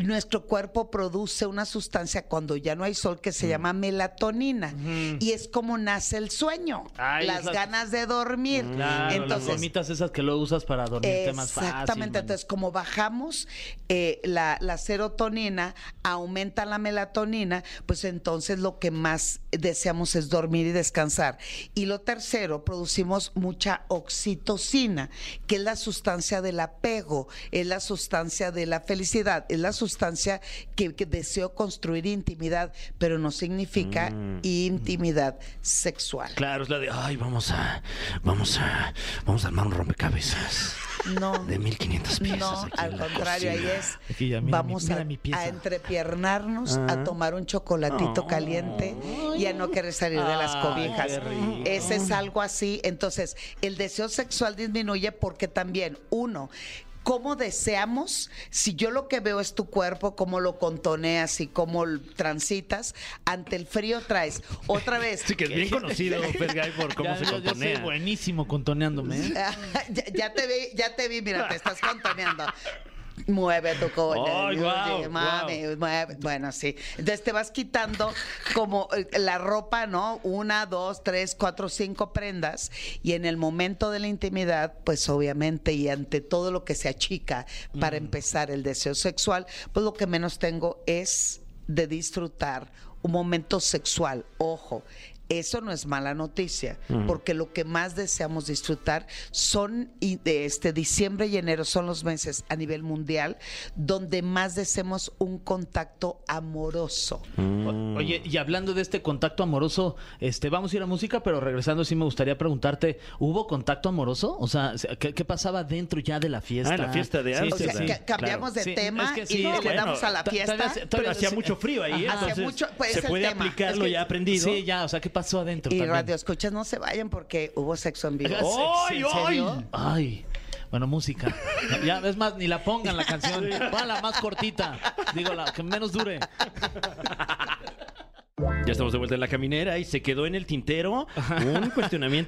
Speaker 7: nuestro cuerpo produce una sustancia cuando ya no hay sol que
Speaker 8: Mm.
Speaker 7: se llama melatonina y es como nace el sueño,
Speaker 8: Ay,
Speaker 7: las
Speaker 8: es la-
Speaker 7: ganas de dormir.
Speaker 8: Claro, las
Speaker 7: Entonces,
Speaker 8: gomitas esas que luego usas para dormirte más fácil.
Speaker 7: Exactamente,
Speaker 8: mano.
Speaker 7: entonces como bajamos eh, la, la serotonina, aumenta la melatonina, pues entonces lo que más deseamos es dormir y descansar. Y lo tercero, producimos mucha oxitocina, que es la sustancia del apego, es la sustancia de la felicidad, es la sustancia que, que deseo construir intimidad, pero no significa
Speaker 8: Mm.
Speaker 7: intimidad sexual.
Speaker 3: Claro, es la de. Ay, vamos a. Vamos a. Vamos a armar un rompecabezas.
Speaker 7: No.
Speaker 3: De 1500 piezas.
Speaker 7: No,
Speaker 3: aquí en
Speaker 7: al
Speaker 3: la
Speaker 7: contrario, ahí
Speaker 3: cocina.
Speaker 7: es.
Speaker 8: Aquí ya, mira
Speaker 7: vamos
Speaker 8: mi- mira
Speaker 7: a,
Speaker 8: mi pieza.
Speaker 7: a entrepiernarnos,
Speaker 3: Ah.
Speaker 7: a tomar un chocolatito
Speaker 3: Oh.
Speaker 7: caliente y a no querer salir de las
Speaker 8: Ay,
Speaker 7: cobijas.
Speaker 8: qué rico.
Speaker 7: Ese es algo así. Entonces, el deseo sexual disminuye porque también, uno, ¿Cómo deseamos? Si yo lo que veo es tu cuerpo, cómo lo contoneas y cómo l- transitas, ante el frío traes otra vez.
Speaker 3: Sí, que es bien conocido Fergay por cómo
Speaker 8: Ya-
Speaker 3: se
Speaker 8: yo- yo soy
Speaker 3: componea.
Speaker 8: buenísimo contoneándome. ¿eh?
Speaker 7: Ah, ya, ya te vi, ya te vi, mira, te estás contoneando. Mueve tu cola,
Speaker 3: Ay, guau,
Speaker 7: oye, mami, mueve. Bueno, sí. Entonces te vas quitando como eh, la ropa, ¿no? Una, dos, tres, cuatro, cinco prendas. Y en el momento de la intimidad, pues obviamente, y ante todo lo que se achica para
Speaker 3: Mm.
Speaker 7: empezar el deseo sexual, pues lo que menos tengo es de disfrutar un momento sexual. Ojo, eso no es mala noticia, porque lo que más deseamos disfrutar son y de este diciembre y enero son los meses a nivel mundial donde más deseamos un contacto amoroso.
Speaker 3: Mm.
Speaker 8: O- Oye, y hablando de este contacto amoroso, este, vamos a ir a música, pero regresando sí me gustaría preguntarte, ¿hubo contacto amoroso? O sea, ¿qué, qué pasaba dentro ya de la fiesta?
Speaker 3: Ah, la fiesta de
Speaker 8: Sí,
Speaker 7: O
Speaker 3: Ámsterdam.
Speaker 8: sí,
Speaker 7: sea,
Speaker 8: sí.
Speaker 7: ca- cambiamos de
Speaker 8: Sí,
Speaker 7: tema
Speaker 8: es que sí,
Speaker 7: y
Speaker 8: no,
Speaker 7: le
Speaker 8: bueno,
Speaker 7: damos a la
Speaker 8: ta-
Speaker 7: fiesta.
Speaker 8: todavía se-
Speaker 3: Pero
Speaker 8: todavía
Speaker 3: hacía
Speaker 8: se-
Speaker 3: mucho frío
Speaker 8: Ajá.
Speaker 3: ahí, entonces
Speaker 7: Hacía mucho- pues,
Speaker 3: se
Speaker 7: es el
Speaker 3: puede
Speaker 7: tema.
Speaker 3: aplicar
Speaker 7: Es
Speaker 3: lo
Speaker 7: que-
Speaker 3: ya aprendido.
Speaker 8: Sí, ya, o sea, ¿qué pasó adentro?
Speaker 7: y
Speaker 8: también?
Speaker 7: radio escuchas, no se vayan porque hubo sexo en vivo.
Speaker 8: Ah, sí, sí,
Speaker 3: ¡Ay,
Speaker 8: ¿en serio?
Speaker 3: ay!
Speaker 8: Ay, Bueno, música. Ya, es más, ni la pongan la canción. Pongan la más cortita. Digo, la que menos dure.
Speaker 3: Ya estamos de vuelta en la caminera y se quedó en el tintero un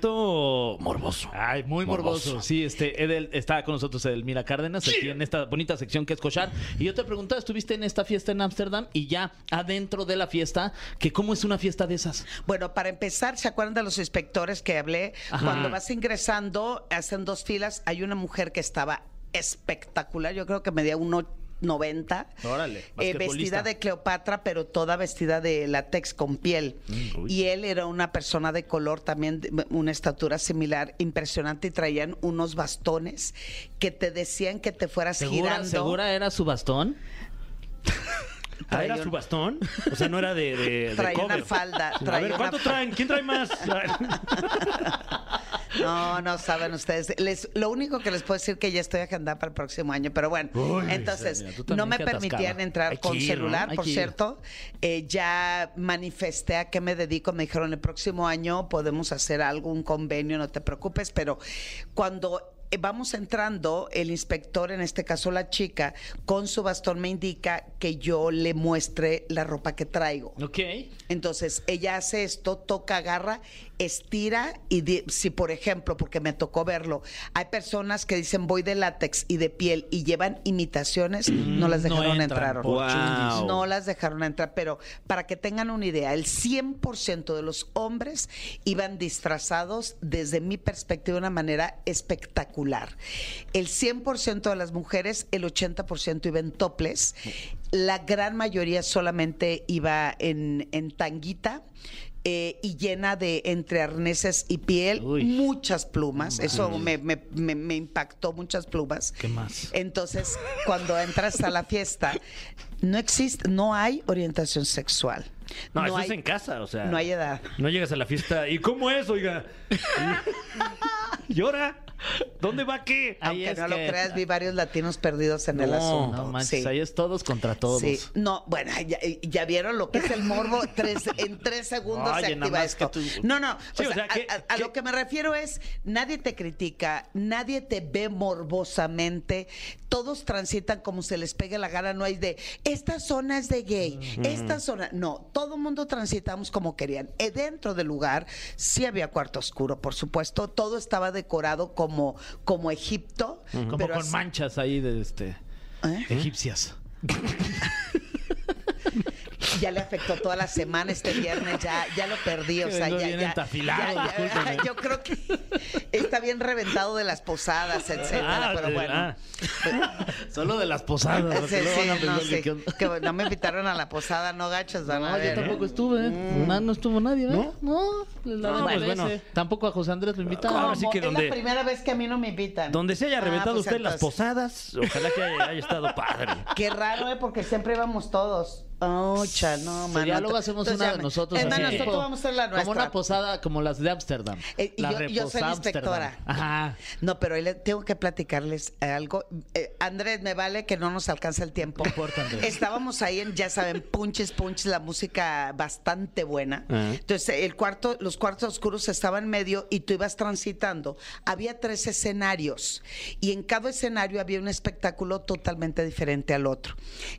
Speaker 3: cuestionamiento morboso.
Speaker 8: Ay, muy morboso. Sí, este, Edel, está con nosotros Edelmira Cárdenas, aquí en esta bonita sección que es Cochar. Y yo te preguntaba, estuviste en esta fiesta en Ámsterdam y ya adentro de la fiesta, que cómo es una fiesta de esas.
Speaker 7: Bueno, para empezar, ¿se acuerdan de los inspectores que hablé? Cuando vas ingresando, hacen dos filas. Hay una mujer que estaba espectacular, yo creo que medía uno 90,
Speaker 8: Órale,
Speaker 7: eh,
Speaker 8: basquetbolista.
Speaker 7: vestida de Cleopatra, pero toda vestida de látex con piel.
Speaker 8: Mm,
Speaker 7: y él era una persona de color también, de una estatura similar, impresionante, y traían unos bastones que te decían que te fueras
Speaker 8: ¿Segura,
Speaker 7: girando.
Speaker 8: ¿Segura era su bastón?
Speaker 3: Ah, ¿Era
Speaker 7: traía-
Speaker 3: su bastón? O sea, no era de, de- de
Speaker 7: Traía una
Speaker 3: cover.
Speaker 7: falda,
Speaker 3: A
Speaker 7: traía
Speaker 3: ver,
Speaker 7: una
Speaker 3: ¿cuánto traen? ¿Quién trae más?
Speaker 7: No, no saben ustedes. Les, lo único que les puedo decir que ya estoy agendada para el próximo año, pero bueno, entonces
Speaker 8: Yesenia, tú
Speaker 7: no
Speaker 8: también
Speaker 7: me
Speaker 8: qué atascada.
Speaker 7: permitían entrar
Speaker 8: Hay que
Speaker 7: con
Speaker 8: ir, ¿no?
Speaker 7: celular,
Speaker 8: Hay
Speaker 7: por
Speaker 8: que ir.
Speaker 7: cierto. Eh, ya manifesté a qué me dedico. Me dijeron el próximo año podemos hacer algún convenio, no te preocupes, pero cuando eh, Vamos entrando, el inspector, en este caso la chica, con su bastón me indica que yo le muestre la ropa que traigo.
Speaker 8: Ok.
Speaker 7: Entonces, ella hace esto, toca, agarra, estira y di- si, por ejemplo, porque me tocó verlo, hay personas que dicen voy de látex y de piel y llevan imitaciones, no las
Speaker 8: no
Speaker 7: dejaron
Speaker 8: entran,
Speaker 7: entrar.
Speaker 8: por
Speaker 7: Wow.
Speaker 3: chundis.
Speaker 7: No las dejaron entrar, pero para que tengan una idea, el 100% de los hombres iban disfrazados desde mi perspectiva de una manera espectacular. El 100% de las mujeres, el 80% iba en toples, la gran mayoría solamente iba en, en tanguita. eh, y llena de entre arneses y piel,
Speaker 8: Uy.
Speaker 7: muchas plumas. Eso me, me- me- me impactó, muchas plumas.
Speaker 8: ¿Qué más?
Speaker 7: Entonces, cuando entras a la fiesta, no existe, no hay orientación sexual.
Speaker 3: No, eso
Speaker 7: hay,
Speaker 3: es en casa, o sea.
Speaker 7: no hay edad.
Speaker 3: No llegas a la fiesta. ¿Y cómo es, oiga? ¿Llora? ¿Dónde va qué?
Speaker 8: Ahí
Speaker 7: Aunque
Speaker 8: es
Speaker 7: no lo
Speaker 8: que-
Speaker 7: creas, vi varios latinos perdidos en el
Speaker 3: No,
Speaker 7: asunto.
Speaker 8: No manches,
Speaker 7: Sí.
Speaker 8: ahí es todos contra todos.
Speaker 7: Sí. No, bueno, ya, ya vieron lo que es el morbo. Tres- en tres segundos se
Speaker 8: Oye, nada
Speaker 7: activa
Speaker 8: más
Speaker 7: esto.
Speaker 8: que tú-
Speaker 7: No, no. o
Speaker 3: Sí, o
Speaker 7: sea,
Speaker 3: sea,
Speaker 7: a-
Speaker 3: que-
Speaker 7: a, a lo que me refiero es: nadie te critica, nadie te ve morbosamente. Todos transitan como se les pegue la gana. No hay de esta zona es de gay, esta zona. No, todo el mundo transitamos como querían. Eh, dentro del lugar sí había cuarto oscuro, por supuesto. Todo estaba decorado como, como Egipto.
Speaker 8: Como
Speaker 7: pero
Speaker 8: con
Speaker 7: así-
Speaker 8: manchas ahí de este
Speaker 7: ¿Eh?
Speaker 8: egipcias.
Speaker 7: Ya le afectó toda la semana este viernes, ya, ya lo perdí, o
Speaker 8: Que
Speaker 7: sea,
Speaker 8: vengo
Speaker 7: ya,
Speaker 8: bien
Speaker 7: ya-
Speaker 8: entafilado,
Speaker 7: ya- ya-
Speaker 8: discúlpeme.
Speaker 7: yo creo que está bien reventado de las posadas, etcétera,
Speaker 3: Ah,
Speaker 7: pero
Speaker 3: de-
Speaker 7: bueno.
Speaker 3: ah.
Speaker 8: Solo de las posadas.
Speaker 7: Sí,
Speaker 8: porque luego
Speaker 7: sí,
Speaker 8: van a pensar
Speaker 7: no,
Speaker 8: que
Speaker 7: sí.
Speaker 8: qué onda.
Speaker 7: Que no me invitaron a la posada, no gachas, van a
Speaker 8: No, Ah, yo
Speaker 7: ver.
Speaker 8: tampoco estuve. ¿eh? No, no estuvo nadie, ¿verdad? No, la
Speaker 3: No,
Speaker 8: no
Speaker 3: pues, bueno.
Speaker 8: Tampoco a José Andrés lo invitaron.
Speaker 3: Ahora sí
Speaker 7: Como
Speaker 3: que
Speaker 7: es
Speaker 3: donde-
Speaker 7: la primera vez que a mí no me invitan.
Speaker 3: Donde se haya
Speaker 7: Ah,
Speaker 3: reventado
Speaker 7: pues
Speaker 3: usted las
Speaker 7: entonces-
Speaker 3: posadas, ojalá que haya, haya estado padre.
Speaker 7: Qué raro, ¿eh? Porque siempre íbamos todos. Oh, cha, no,
Speaker 8: Sí,
Speaker 7: mano.
Speaker 8: ya luego hacemos
Speaker 7: Entonces,
Speaker 8: una
Speaker 7: ya
Speaker 8: de
Speaker 7: me-
Speaker 8: nosotros.
Speaker 7: Es más,
Speaker 8: así,
Speaker 7: nosotros
Speaker 8: tipo,
Speaker 7: vamos a hacer la nuestra.
Speaker 8: Como una posada, como las de Ámsterdam.
Speaker 7: Eh, y
Speaker 8: La
Speaker 7: yo- yo soy
Speaker 8: reposada
Speaker 7: la inspectora.
Speaker 8: Ámsterdam. Ajá.
Speaker 7: No, pero hoy le- tengo que platicarles algo. Eh, Andrés, me vale que no nos alcanza el tiempo.
Speaker 8: No importa, Andrés.
Speaker 7: Estábamos ahí en, ya saben, punches, punches, la música bastante buena.
Speaker 3: Ajá.
Speaker 7: Entonces, el cuarto, los cuartos oscuros estaban en medio y tú ibas transitando. Había tres escenarios y en cada escenario había un espectáculo totalmente diferente al otro.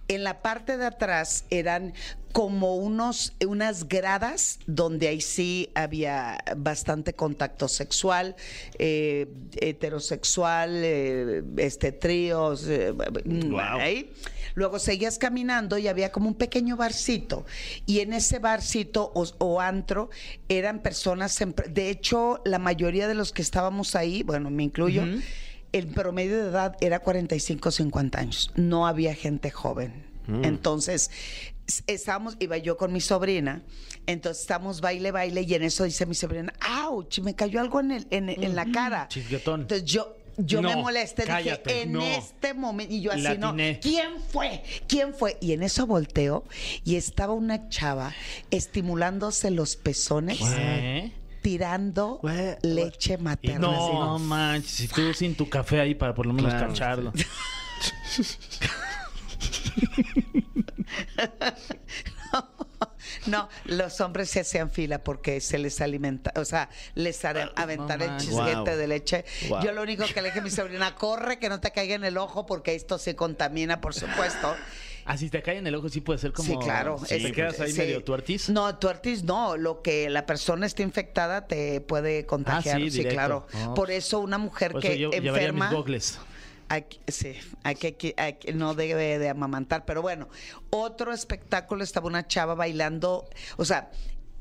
Speaker 7: En la parte de atrás eran como unos, unas gradas donde ahí sí había bastante contacto sexual, eh, heterosexual, eh, este tríos, eh,
Speaker 3: Guau.
Speaker 7: ahí. Luego seguías caminando y había como un pequeño barcito. Y en ese barcito o, o antro eran personas, en pr- de hecho, la mayoría de los que estábamos ahí, bueno, me incluyo, el promedio de edad era 45, 50 años. No había gente joven.
Speaker 8: Mm.
Speaker 7: Entonces, s- estábamos, iba yo con mi sobrina, entonces estábamos baile, baile, y en eso dice mi sobrina, ¡auch! Me cayó algo en, el, en, en la cara.
Speaker 8: Chisguetón.
Speaker 7: Entonces yo, yo me
Speaker 8: No,
Speaker 7: molesté,
Speaker 8: cállate,
Speaker 7: dije, en
Speaker 8: no.
Speaker 7: este momento, y yo
Speaker 8: La
Speaker 7: así, ¿no?
Speaker 8: atiné.
Speaker 7: ¿Quién fue? ¿Quién fue? Y en eso volteo y estaba una chava estimulándose los pezones,
Speaker 8: ¿Eh?
Speaker 7: tirando leche
Speaker 8: Y
Speaker 7: materna.
Speaker 8: no,
Speaker 7: así,
Speaker 8: no manches, si tú sin tu café ahí para por lo menos cacharlo.
Speaker 7: No, los hombres se hacían fila porque se les alimenta, o sea, les are- aventar el
Speaker 8: Ah, manches.
Speaker 7: chisguete
Speaker 3: Guau.
Speaker 7: de leche. Yo lo único que le dije a mi sobrina, corre que no te caiga en el ojo porque esto se contamina, por supuesto.
Speaker 8: Así te cae en el ojo, sí puede ser como.
Speaker 7: sí, claro.
Speaker 8: Sí,
Speaker 7: Es-
Speaker 8: te quedas ahí
Speaker 7: sí.
Speaker 8: medio tuertis.
Speaker 7: No, tuertis no. Lo que la persona está infectada te puede contagiar. sí,
Speaker 8: Ah, directo.
Speaker 7: claro.
Speaker 8: No,
Speaker 7: Por eso una mujer
Speaker 8: Por eso
Speaker 7: que
Speaker 8: yo llevaría mis
Speaker 7: enferma.
Speaker 8: gogles.
Speaker 7: hay que- sí, hay que- hay que- hay que- no debe de amamantar. Pero bueno, otro espectáculo estaba una chava bailando. O sea,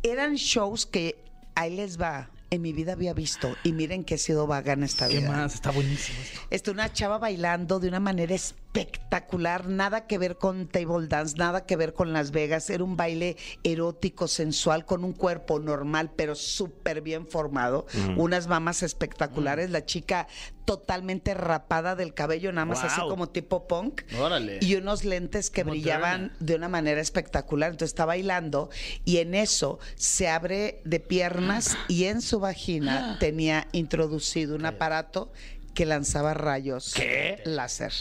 Speaker 7: eran shows que ahí les va. En mi vida había visto. Y miren que he sido vaga en esta
Speaker 8: ¿Qué
Speaker 7: vida.
Speaker 8: más? Está buenísimo esto.
Speaker 7: Este, una chava bailando de una manera espectacular, nada que ver con table dance, nada que ver con Las Vegas, era un baile erótico, sensual, con un cuerpo normal, pero súper bien formado, unas mamas espectaculares, la chica totalmente rapada del cabello, nada más así
Speaker 3: Guau.
Speaker 7: como tipo punk,
Speaker 8: Órale.
Speaker 7: y unos lentes que
Speaker 8: Moderna.
Speaker 7: brillaban de una manera espectacular, entonces está bailando y en eso se abre de piernas y en su vagina tenía introducido un aparato que lanzaba rayos láser.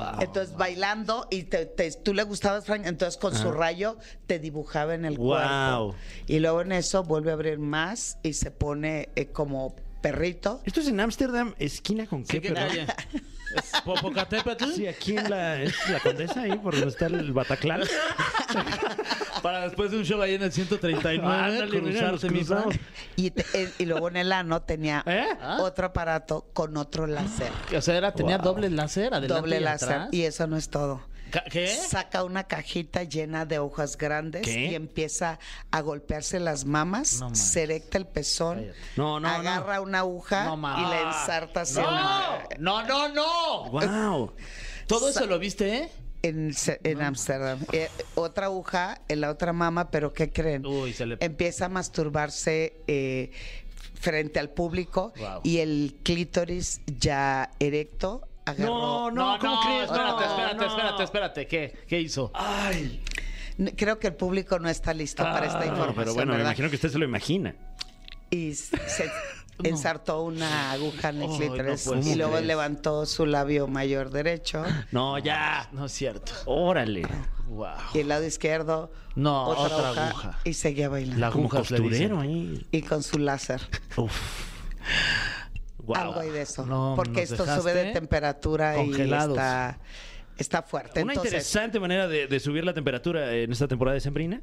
Speaker 3: Ah,
Speaker 7: entonces bailando y te- te- tú le gustabas, Frank, entonces con su rayo te dibujaba en el
Speaker 3: Guau.
Speaker 7: cuerpo. Y luego en eso vuelve a abrir más y se pone eh, como perrito.
Speaker 3: Esto es en Ámsterdam, esquina con qué,
Speaker 8: Sí, ¿qué
Speaker 3: perdón?
Speaker 8: calle? ¿Es Popocatépetl?
Speaker 3: Sí, aquí en la, es la condesa, ahí por donde está el Bataclan.
Speaker 8: Para después de un show ahí en el 139,
Speaker 3: Ándale, mira, nos
Speaker 8: cruzarse, mi
Speaker 3: cruzamos.
Speaker 8: Fran.
Speaker 7: Y, te- eh, y luego en el ano tenía
Speaker 3: ¿Eh?
Speaker 8: ¿Ah?
Speaker 7: otro aparato con otro láser.
Speaker 8: O sea, era, tenía doble láser adelante
Speaker 7: doble
Speaker 8: y
Speaker 7: láser.
Speaker 8: atrás.
Speaker 7: Y eso no es todo.
Speaker 8: Ca- ¿Qué?
Speaker 7: Saca una cajita llena de hojas grandes
Speaker 3: ¿Eh? ¿Qué?
Speaker 7: y empieza a golpearse las mamas,
Speaker 8: No manches.
Speaker 7: se erecta el pezón,
Speaker 3: No, no,
Speaker 7: agarra una aguja
Speaker 8: No
Speaker 7: y
Speaker 8: manches.
Speaker 7: la ensarta así en
Speaker 8: ¡No!
Speaker 7: la-
Speaker 8: ¡No, no, no!
Speaker 3: Wow.
Speaker 8: Todo eso lo viste, ¿eh?
Speaker 7: en Se- en Ámsterdam. Eh, otra aguja en la otra mama, pero ¿qué creen?
Speaker 8: Uy, se le...
Speaker 7: Empieza a masturbarse eh, frente al público
Speaker 8: Wow.
Speaker 7: y el clítoris ya erecto agarró
Speaker 3: No, no, ¿cómo crees? No,
Speaker 8: Espérate, espérate,
Speaker 3: no.
Speaker 8: espérate, espérate. ¿Qué? ¿Qué hizo?
Speaker 7: N- Creo que el público no está listo
Speaker 3: Ah,
Speaker 8: Ah,
Speaker 7: para esta
Speaker 3: No,
Speaker 7: información,
Speaker 3: pero bueno, me
Speaker 7: ¿verdad?
Speaker 3: imagino que usted se lo imagina.
Speaker 7: Y s- se ensartó una aguja en el
Speaker 8: Ay,
Speaker 7: clítoris
Speaker 8: no puede
Speaker 7: y
Speaker 8: ser.
Speaker 7: luego
Speaker 8: ¿Cómo crees?
Speaker 7: levantó su labio mayor derecho
Speaker 3: No, ya.
Speaker 8: No es cierto.
Speaker 3: Órale.
Speaker 8: Wow.
Speaker 7: y el lado izquierdo
Speaker 8: No,
Speaker 7: otra,
Speaker 8: otra
Speaker 7: aguja,
Speaker 8: aguja.
Speaker 7: y seguía bailando.
Speaker 8: La
Speaker 3: Como
Speaker 8: aguja le
Speaker 3: costurero
Speaker 8: dicen.
Speaker 3: ahí.
Speaker 7: Y con su láser,
Speaker 3: Uf. Wow.
Speaker 7: algo hay de eso,
Speaker 8: No,
Speaker 7: porque
Speaker 8: nos
Speaker 7: esto sube de
Speaker 8: dejaste
Speaker 7: temperatura y
Speaker 8: congelados.
Speaker 7: está, está fuerte.
Speaker 3: Una
Speaker 7: Entonces,
Speaker 3: interesante manera de, de subir la temperatura en esta temporada de Sembrina.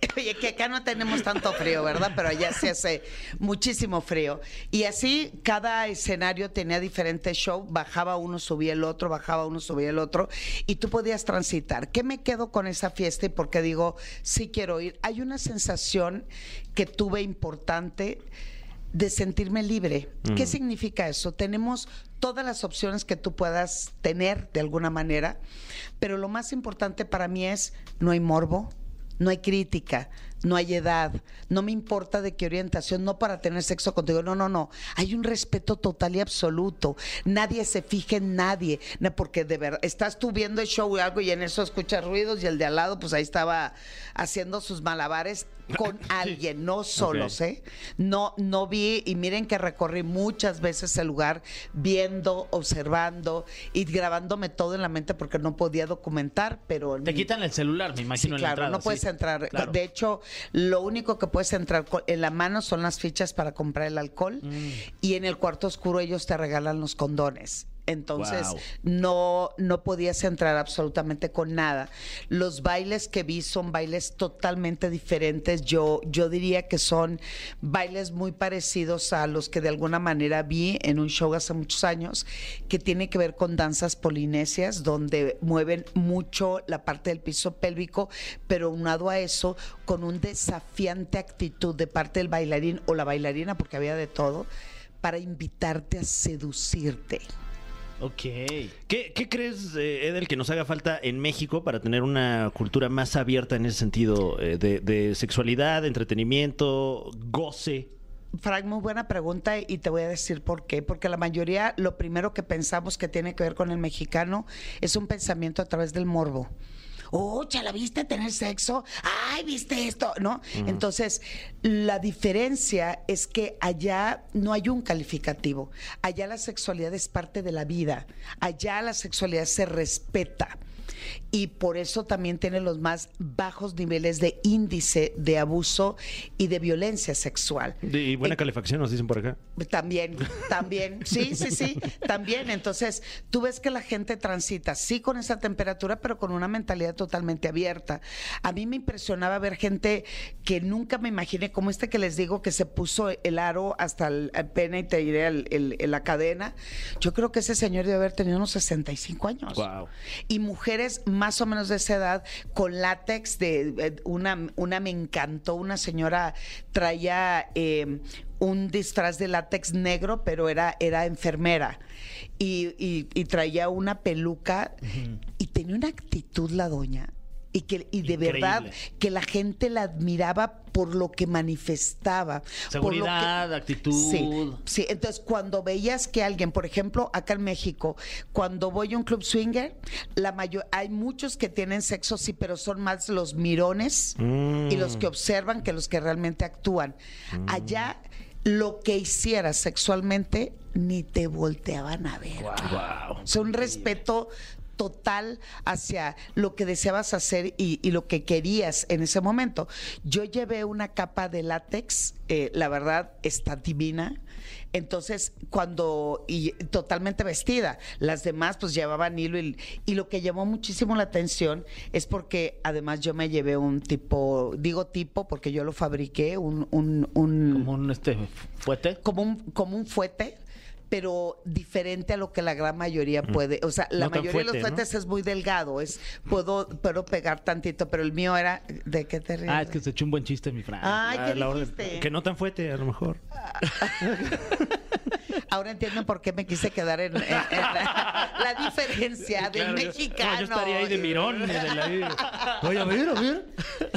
Speaker 7: eh, Oye, que acá no tenemos tanto frío, ¿verdad? Pero allá se hace muchísimo frío. Y así cada escenario tenía diferentes shows, bajaba uno, subía el otro, bajaba uno, subía el otro, y tú podías transitar. ¿Qué me quedo con esa fiesta y por qué digo, sí quiero ir? Hay una sensación que tuve importante de sentirme libre. ¿Qué significa eso? Tenemos todas las opciones que tú puedas tener de alguna manera, pero lo más importante para mí es no hay morbo, no hay crítica, no hay edad, no me importa de qué orientación, no para tener sexo contigo, no, no, no. Hay un respeto total y absoluto. Nadie se fije en nadie, na- porque de verdad, estás tú viendo el show y algo y en eso escuchas ruidos y el de al lado, pues ahí estaba haciendo sus malabares con alguien, no solos, ¿eh? No, no vi, y miren que recorrí muchas veces el lugar viendo, observando y grabándome todo en la mente porque no podía documentar, pero...
Speaker 8: Te quitan el celular, me
Speaker 7: Sí,
Speaker 8: imagino. en la
Speaker 7: claro,
Speaker 8: entrada,
Speaker 7: no puedes
Speaker 8: sí.
Speaker 7: entrar.
Speaker 8: Claro.
Speaker 7: De hecho, lo único que puedes entrar co- en la mano son las fichas para comprar el alcohol
Speaker 8: Mm.
Speaker 7: y en el cuarto oscuro ellos te regalan los condones. Entonces,
Speaker 8: Wow.
Speaker 7: no, no podías entrar absolutamente con nada. Los bailes que vi son bailes totalmente diferentes. Yo, yo diría que son bailes muy parecidos a los que de alguna manera vi en un show hace muchos años, que tiene que ver con danzas polinesias, donde mueven mucho la parte del piso pélvico, pero unado a eso, con un desafiante actitud de parte del bailarín o la bailarina, porque había de todo, para invitarte a seducirte.
Speaker 8: Ok.
Speaker 3: ¿Qué, qué crees, eh, Edel, que nos haga falta en México para tener una cultura más abierta en ese sentido eh, de, de sexualidad, entretenimiento, goce?
Speaker 7: Frank, muy buena pregunta y te voy a decir por qué. Porque la mayoría, lo primero que pensamos que tiene que ver con el mexicano es un pensamiento a través del morbo. Oh, la viste tener sexo. Ay, viste esto, ¿no? Entonces, la diferencia es que allá no hay un calificativo. Allá la sexualidad es parte de la vida. Allá la sexualidad se respeta. y por eso también tiene los más bajos niveles de índice de abuso y de violencia sexual.
Speaker 3: Y buena
Speaker 7: Eh,
Speaker 3: calefacción, nos dicen por acá.
Speaker 7: También, también, sí, sí, sí, también. Entonces, tú ves que la gente transita, sí, con esa temperatura, pero con una mentalidad totalmente abierta. A mí me impresionaba ver gente que nunca me imaginé, como este que les digo, que se puso el aro hasta el el pene y te diré el- el- el- la cadena. Yo creo que ese señor debe haber tenido unos 65 años.
Speaker 8: Guau.
Speaker 7: Y mujeres más o menos de esa edad, con látex de eh, una, una me encantó, una señora traía eh, un disfraz de látex negro, pero era, era enfermera. Y, y- y traía una peluca y tenía una actitud la doña. Y, que, y de
Speaker 8: Increíble.
Speaker 7: verdad que la gente la admiraba por lo que manifestaba. por lo que-
Speaker 8: Seguridad, actitud.
Speaker 7: Sí, sí, entonces cuando veías que alguien, por ejemplo, acá en México, cuando voy a un club swinger, la mayor, hay muchos que tienen sexo, sí, pero son más los mirones y los que observan que los que realmente actúan. Allá, lo que hicieras sexualmente, ni te volteaban a ver. O sea, un respeto total hacia lo que deseabas hacer y, y lo que querías en ese momento. Yo llevé una capa de látex, eh, la verdad está divina. Entonces, cuando, y totalmente vestida, las demás pues llevaban hilo y, y lo que llamó muchísimo la atención es porque además yo me llevé un tipo, digo tipo porque yo lo fabriqué, un, un, un-
Speaker 8: Como un este, fuete.
Speaker 7: como un, como un fuete, pero diferente a lo que la gran mayoría puede. O sea, la
Speaker 3: No tan
Speaker 7: mayoría de los
Speaker 3: fuete, ¿no?
Speaker 7: fuetes es muy delgado, es puedo, puedo pegar tantito, pero el mío era de qué te ríes.
Speaker 8: Ah, es que se echó un buen chiste, mi Fran.
Speaker 7: Ay,
Speaker 3: A
Speaker 7: ¿qué
Speaker 3: la orden.
Speaker 7: dijiste?
Speaker 3: Que no tan fuerte, a lo mejor.
Speaker 7: Ahora entienden por qué me quise quedar en, en- en la, la diferencia del
Speaker 3: Claro, yo-
Speaker 7: mexicano.
Speaker 3: no, Yo, estaría ahí de mirón. de la- Oye, a ver, a ver.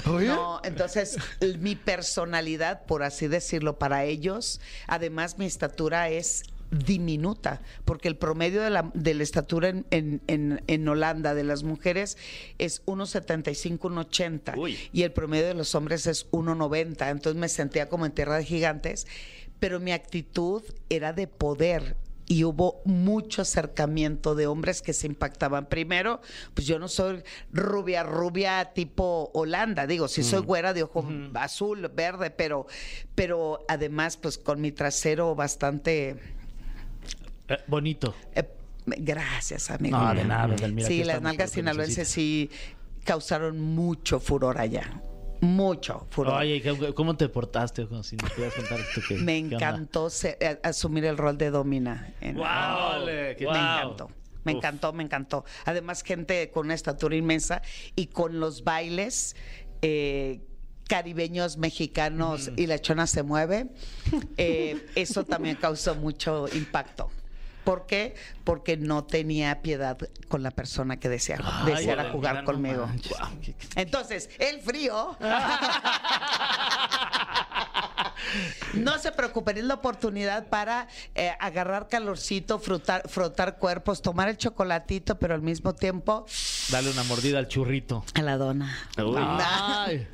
Speaker 3: A ver.
Speaker 7: No, entonces el- mi personalidad, por así decirlo, para ellos, además mi estatura es diminuta, porque el promedio de la, de la estatura en, en- en- en Holanda de las mujeres es 1,75, 1,80
Speaker 3: Uy.
Speaker 7: y el promedio de los hombres es 1,90, entonces me sentía como en tierra de gigantes, pero mi actitud era de poder. Y hubo mucho acercamiento de hombres que se impactaban. Primero, pues yo no soy rubia, rubia tipo Holanda. Digo, sí
Speaker 8: Mm.
Speaker 7: soy güera de ojo azul, verde, pero, pero además, pues con mi trasero bastante
Speaker 8: Eh, bonito.
Speaker 7: eh, gracias, amigo.
Speaker 8: No, de nada, Edelmira,
Speaker 7: Sí,
Speaker 8: aquí
Speaker 7: las
Speaker 8: estamos
Speaker 7: nalgas
Speaker 8: para lo que
Speaker 7: sinaloenses sí causaron mucho furor allá. Mucho furor.
Speaker 8: Oye, ¿cómo- ¿cómo te portaste? Ojo, Si nos pudieras contar esto que.
Speaker 7: Me encantó se- a- asumir el rol de domina. en-
Speaker 8: ¡Wow! ¡Ole! ¡Qué
Speaker 7: Me
Speaker 8: wow!
Speaker 7: encantó. Me
Speaker 8: Uf.
Speaker 7: encantó, me encantó. Además, gente con una estatura inmensa y con los bailes eh, caribeños, mexicanos y la chona se mueve, eh, eso también causó mucho impacto. ¿Por qué? Porque no tenía piedad con la persona que desea-
Speaker 8: Ay,
Speaker 7: deseara
Speaker 8: Edelmira,
Speaker 7: jugar
Speaker 8: no
Speaker 7: conmigo.
Speaker 8: manches. Qué- qué-
Speaker 7: Entonces, el frío. No se preocupen, es la oportunidad para eh, agarrar calorcito, frutar- frotar cuerpos, tomar el chocolatito, pero al mismo tiempo
Speaker 8: Dale una mordida al churrito.
Speaker 7: a la dona.
Speaker 8: Ay.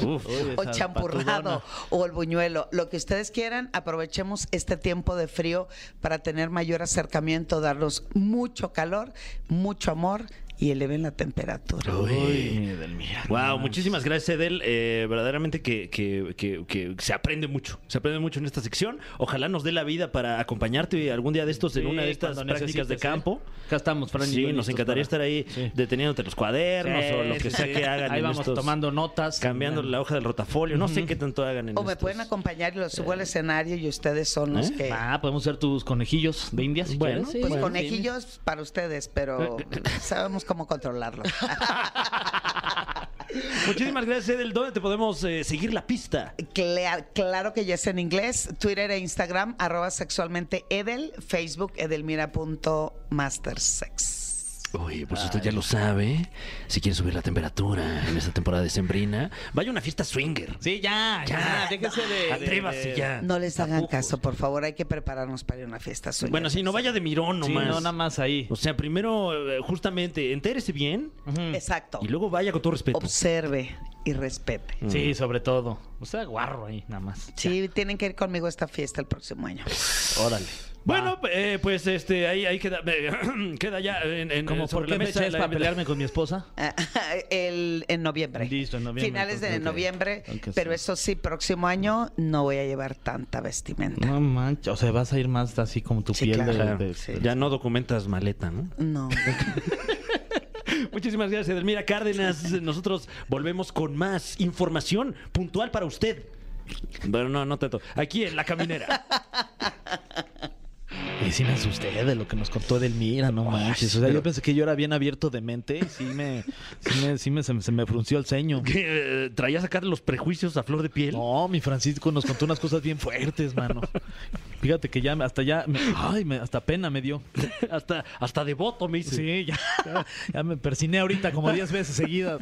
Speaker 8: Uf,
Speaker 7: O
Speaker 8: esa
Speaker 7: champurrado
Speaker 8: patudona.
Speaker 7: o el buñuelo, lo que ustedes quieran, aprovechemos este tiempo de frío para tener mayor acercamiento, darnos mucho calor, mucho amor y eleven la temperatura.
Speaker 8: Uy, Edelmira.
Speaker 3: Wow, muchísimas gracias, Edel. Eh, verdaderamente que, que- que- que se aprende mucho. Se aprende mucho en esta sección. Ojalá nos dé la vida para acompañarte algún día de estos en
Speaker 8: Sí,
Speaker 3: una de estas
Speaker 8: cuando
Speaker 3: prácticas de
Speaker 8: necesites,
Speaker 3: campo.
Speaker 8: ¿eh? Acá estamos, Fran. y yo
Speaker 3: Sí, nos
Speaker 8: listos
Speaker 3: encantaría estar
Speaker 8: para-
Speaker 3: ahí
Speaker 8: Sí.
Speaker 3: deteniéndote los cuadernos
Speaker 8: Sí,
Speaker 3: o lo
Speaker 8: sí,
Speaker 3: que sea
Speaker 8: sí.
Speaker 3: que hagan.
Speaker 8: Ahí
Speaker 3: en
Speaker 8: vamos
Speaker 3: estos-
Speaker 8: tomando notas.
Speaker 3: Cambiando la hoja del rotafolio. No sé qué tanto hagan en
Speaker 7: O me
Speaker 3: estos-
Speaker 7: pueden acompañar y los subo al escenario y ustedes son los
Speaker 3: ¿Eh?
Speaker 7: que...
Speaker 8: Ah, podemos ser tus conejillos de India si
Speaker 3: Bueno,
Speaker 8: quieres.
Speaker 7: Pues
Speaker 3: Bueno,
Speaker 7: conejillos para ustedes, pero sabemos cómo controlarlo.
Speaker 3: Muchísimas gracias, Edel. ¿Dónde te podemos eh, seguir la pista?
Speaker 7: Cla- claro que ya es en inglés. Twitter e Instagram, arroba sexualmente Edel, Facebook edelmira.mastersex.
Speaker 3: Oye, pues usted ya lo sabe. Si quiere subir la temperatura en esta temporada de Sembrina, vaya a una fiesta swinger.
Speaker 8: Sí, ya, ya, déjese de- de.
Speaker 3: Atrévase
Speaker 8: de-
Speaker 3: ya.
Speaker 7: No les hagan caso, por favor, hay que prepararnos para ir a una fiesta suya.
Speaker 3: Bueno, sí, no vaya de mirón
Speaker 8: Sí,
Speaker 3: nomás.
Speaker 8: no, nada más Pues, ahí.
Speaker 3: O sea, primero, eh, justamente, entérese bien
Speaker 4: mm,
Speaker 7: Exacto.
Speaker 3: y luego vaya con todo respeto.
Speaker 7: Observe y respete.
Speaker 4: Mm,
Speaker 8: Sí, sobre todo. O sea, guarro ahí, nada más.
Speaker 7: Sí, tienen que ir conmigo a esta fiesta el próximo año.
Speaker 8: Órale.
Speaker 3: Bueno, eh, pues este, ahí, ahí queda, queda ya en, en-
Speaker 4: Como
Speaker 3: sobre
Speaker 4: por qué
Speaker 3: la
Speaker 4: me
Speaker 3: mesa.
Speaker 4: echas
Speaker 3: la-
Speaker 4: para pelearme con mi esposa.
Speaker 7: El, en noviembre.
Speaker 4: Listo, en noviembre,
Speaker 7: Finales de
Speaker 4: entonces, ok.
Speaker 7: noviembre.
Speaker 4: Ok,
Speaker 7: pero
Speaker 4: sí.
Speaker 7: eso sí, próximo año no voy a llevar tanta vestimenta.
Speaker 4: No manches, o sea, vas a ir más así como tu
Speaker 7: Sí,
Speaker 4: piel
Speaker 7: claro.
Speaker 4: de-
Speaker 3: Claro,
Speaker 4: de-
Speaker 7: sí.
Speaker 3: Ya no documentas maleta, ¿no?
Speaker 7: No.
Speaker 3: Muchísimas gracias, Edelmira Cárdenas. Nosotros volvemos con más información puntual para usted. Pero no, no tanto. Aquí en La Caminera.
Speaker 4: Y sí me asusté de lo que nos contó Edelmira, no manches. O sea, yo pensé que yo era bien abierto de mente y sí me, sí me, sí me- se, me- se me frunció el ceño.
Speaker 3: Que, eh, traía sacar los prejuicios a flor de piel.
Speaker 4: No, mi Francisco nos contó unas cosas bien fuertes, mano. Fíjate que ya me- hasta ya, me- ay, me- hasta pena me dio.
Speaker 3: hasta, hasta de voto me hice.
Speaker 4: Sí, ya, ya me persiné ahorita como 10 veces seguidas.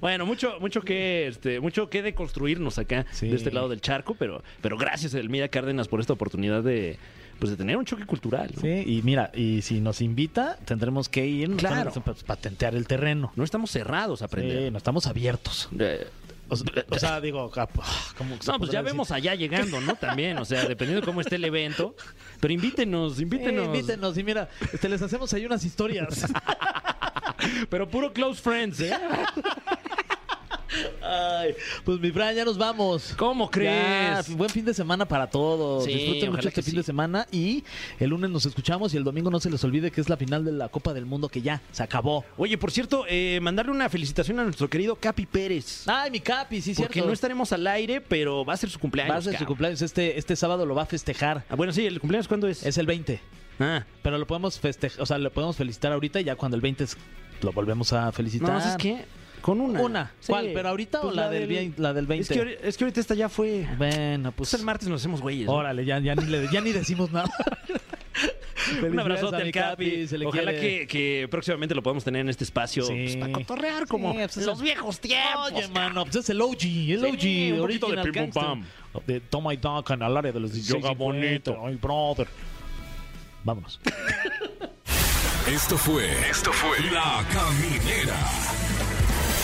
Speaker 3: Bueno, mucho, mucho que, este, mucho que deconstruirnos acá
Speaker 4: Sí.
Speaker 3: de este lado del charco, pero, pero gracias, Edelmira Cárdenas, por esta oportunidad de, pues, de tener un choque cultural. ¿no?
Speaker 4: Sí, y mira, y si nos invita, tendremos que ir
Speaker 3: Claro.
Speaker 4: para patentear el terreno.
Speaker 3: No estamos cerrados a
Speaker 4: Sí,
Speaker 3: aprender.
Speaker 4: no estamos abiertos.
Speaker 3: Eh,
Speaker 4: O sea, o sea, digo, ah, como que se
Speaker 3: No, pues ya
Speaker 4: podría
Speaker 3: vemos
Speaker 4: decir.
Speaker 3: allá llegando, ¿no? También, o sea, dependiendo de cómo esté el evento. Pero invítenos, invítenos.
Speaker 4: Eh, invítenos y mira, este, les hacemos ahí unas historias.
Speaker 3: Pero puro close friends, ¿eh?
Speaker 4: Ay, pues mi Fran, ya nos vamos.
Speaker 3: ¿Cómo crees?
Speaker 4: Ya, buen fin de semana para todos.
Speaker 3: Sí,
Speaker 4: Disfruten mucho
Speaker 3: ojalá
Speaker 4: este
Speaker 3: que
Speaker 4: fin
Speaker 3: sí.
Speaker 4: de semana y el lunes nos escuchamos y el domingo no se les olvide que es la final de la Copa del Mundo que ya se acabó.
Speaker 3: Oye, por cierto, eh, mandarle una felicitación a nuestro querido Capi Pérez.
Speaker 4: Ay, mi Capi, Ah, sí,
Speaker 3: porque
Speaker 4: cierto.
Speaker 3: no estaremos al aire, pero va a ser su cumpleaños.
Speaker 4: Va a ser su
Speaker 3: Cap.
Speaker 4: cumpleaños este, este sábado lo va a festejar.
Speaker 3: Ah, bueno, sí, ¿el cumpleaños cuándo es?
Speaker 4: Es el 20,
Speaker 3: Ah.
Speaker 4: pero lo podemos festejar, o sea, lo podemos felicitar ahorita y ya cuando el 20 es- lo volvemos a felicitar.
Speaker 3: No, ¿sabes qué? Con una. Pues
Speaker 4: Una. ¿Cuál? ¿Pero ahorita o la del vein- la del 20?
Speaker 3: Es que, ahori- es que ahorita esta ya fue.
Speaker 4: Bueno, pues
Speaker 3: Pues el martes nos hacemos güeyes. ¿no?
Speaker 4: Órale, ya, ya, ni le- ya ni decimos nada.
Speaker 3: Un abrazote
Speaker 4: Felicidades a
Speaker 3: al
Speaker 4: mi
Speaker 3: Capi.
Speaker 4: se le
Speaker 3: Ojalá
Speaker 4: quiere.
Speaker 3: que, que próximamente lo podamos tener en este espacio
Speaker 4: Sí.
Speaker 3: pues, para cotorrear como
Speaker 4: Sí, pues, es
Speaker 3: los
Speaker 4: el-
Speaker 3: viejos tiempos.
Speaker 4: Oye, mano, pues es el OG, el OG.
Speaker 3: un poquito de
Speaker 4: original
Speaker 3: pim, pum,
Speaker 4: gangster. De Toma y Daca en el área de los 16
Speaker 3: Yoga bonito.
Speaker 4: Ay, brother. Vámonos.
Speaker 2: Esto fue. Esto fue. La Caminera.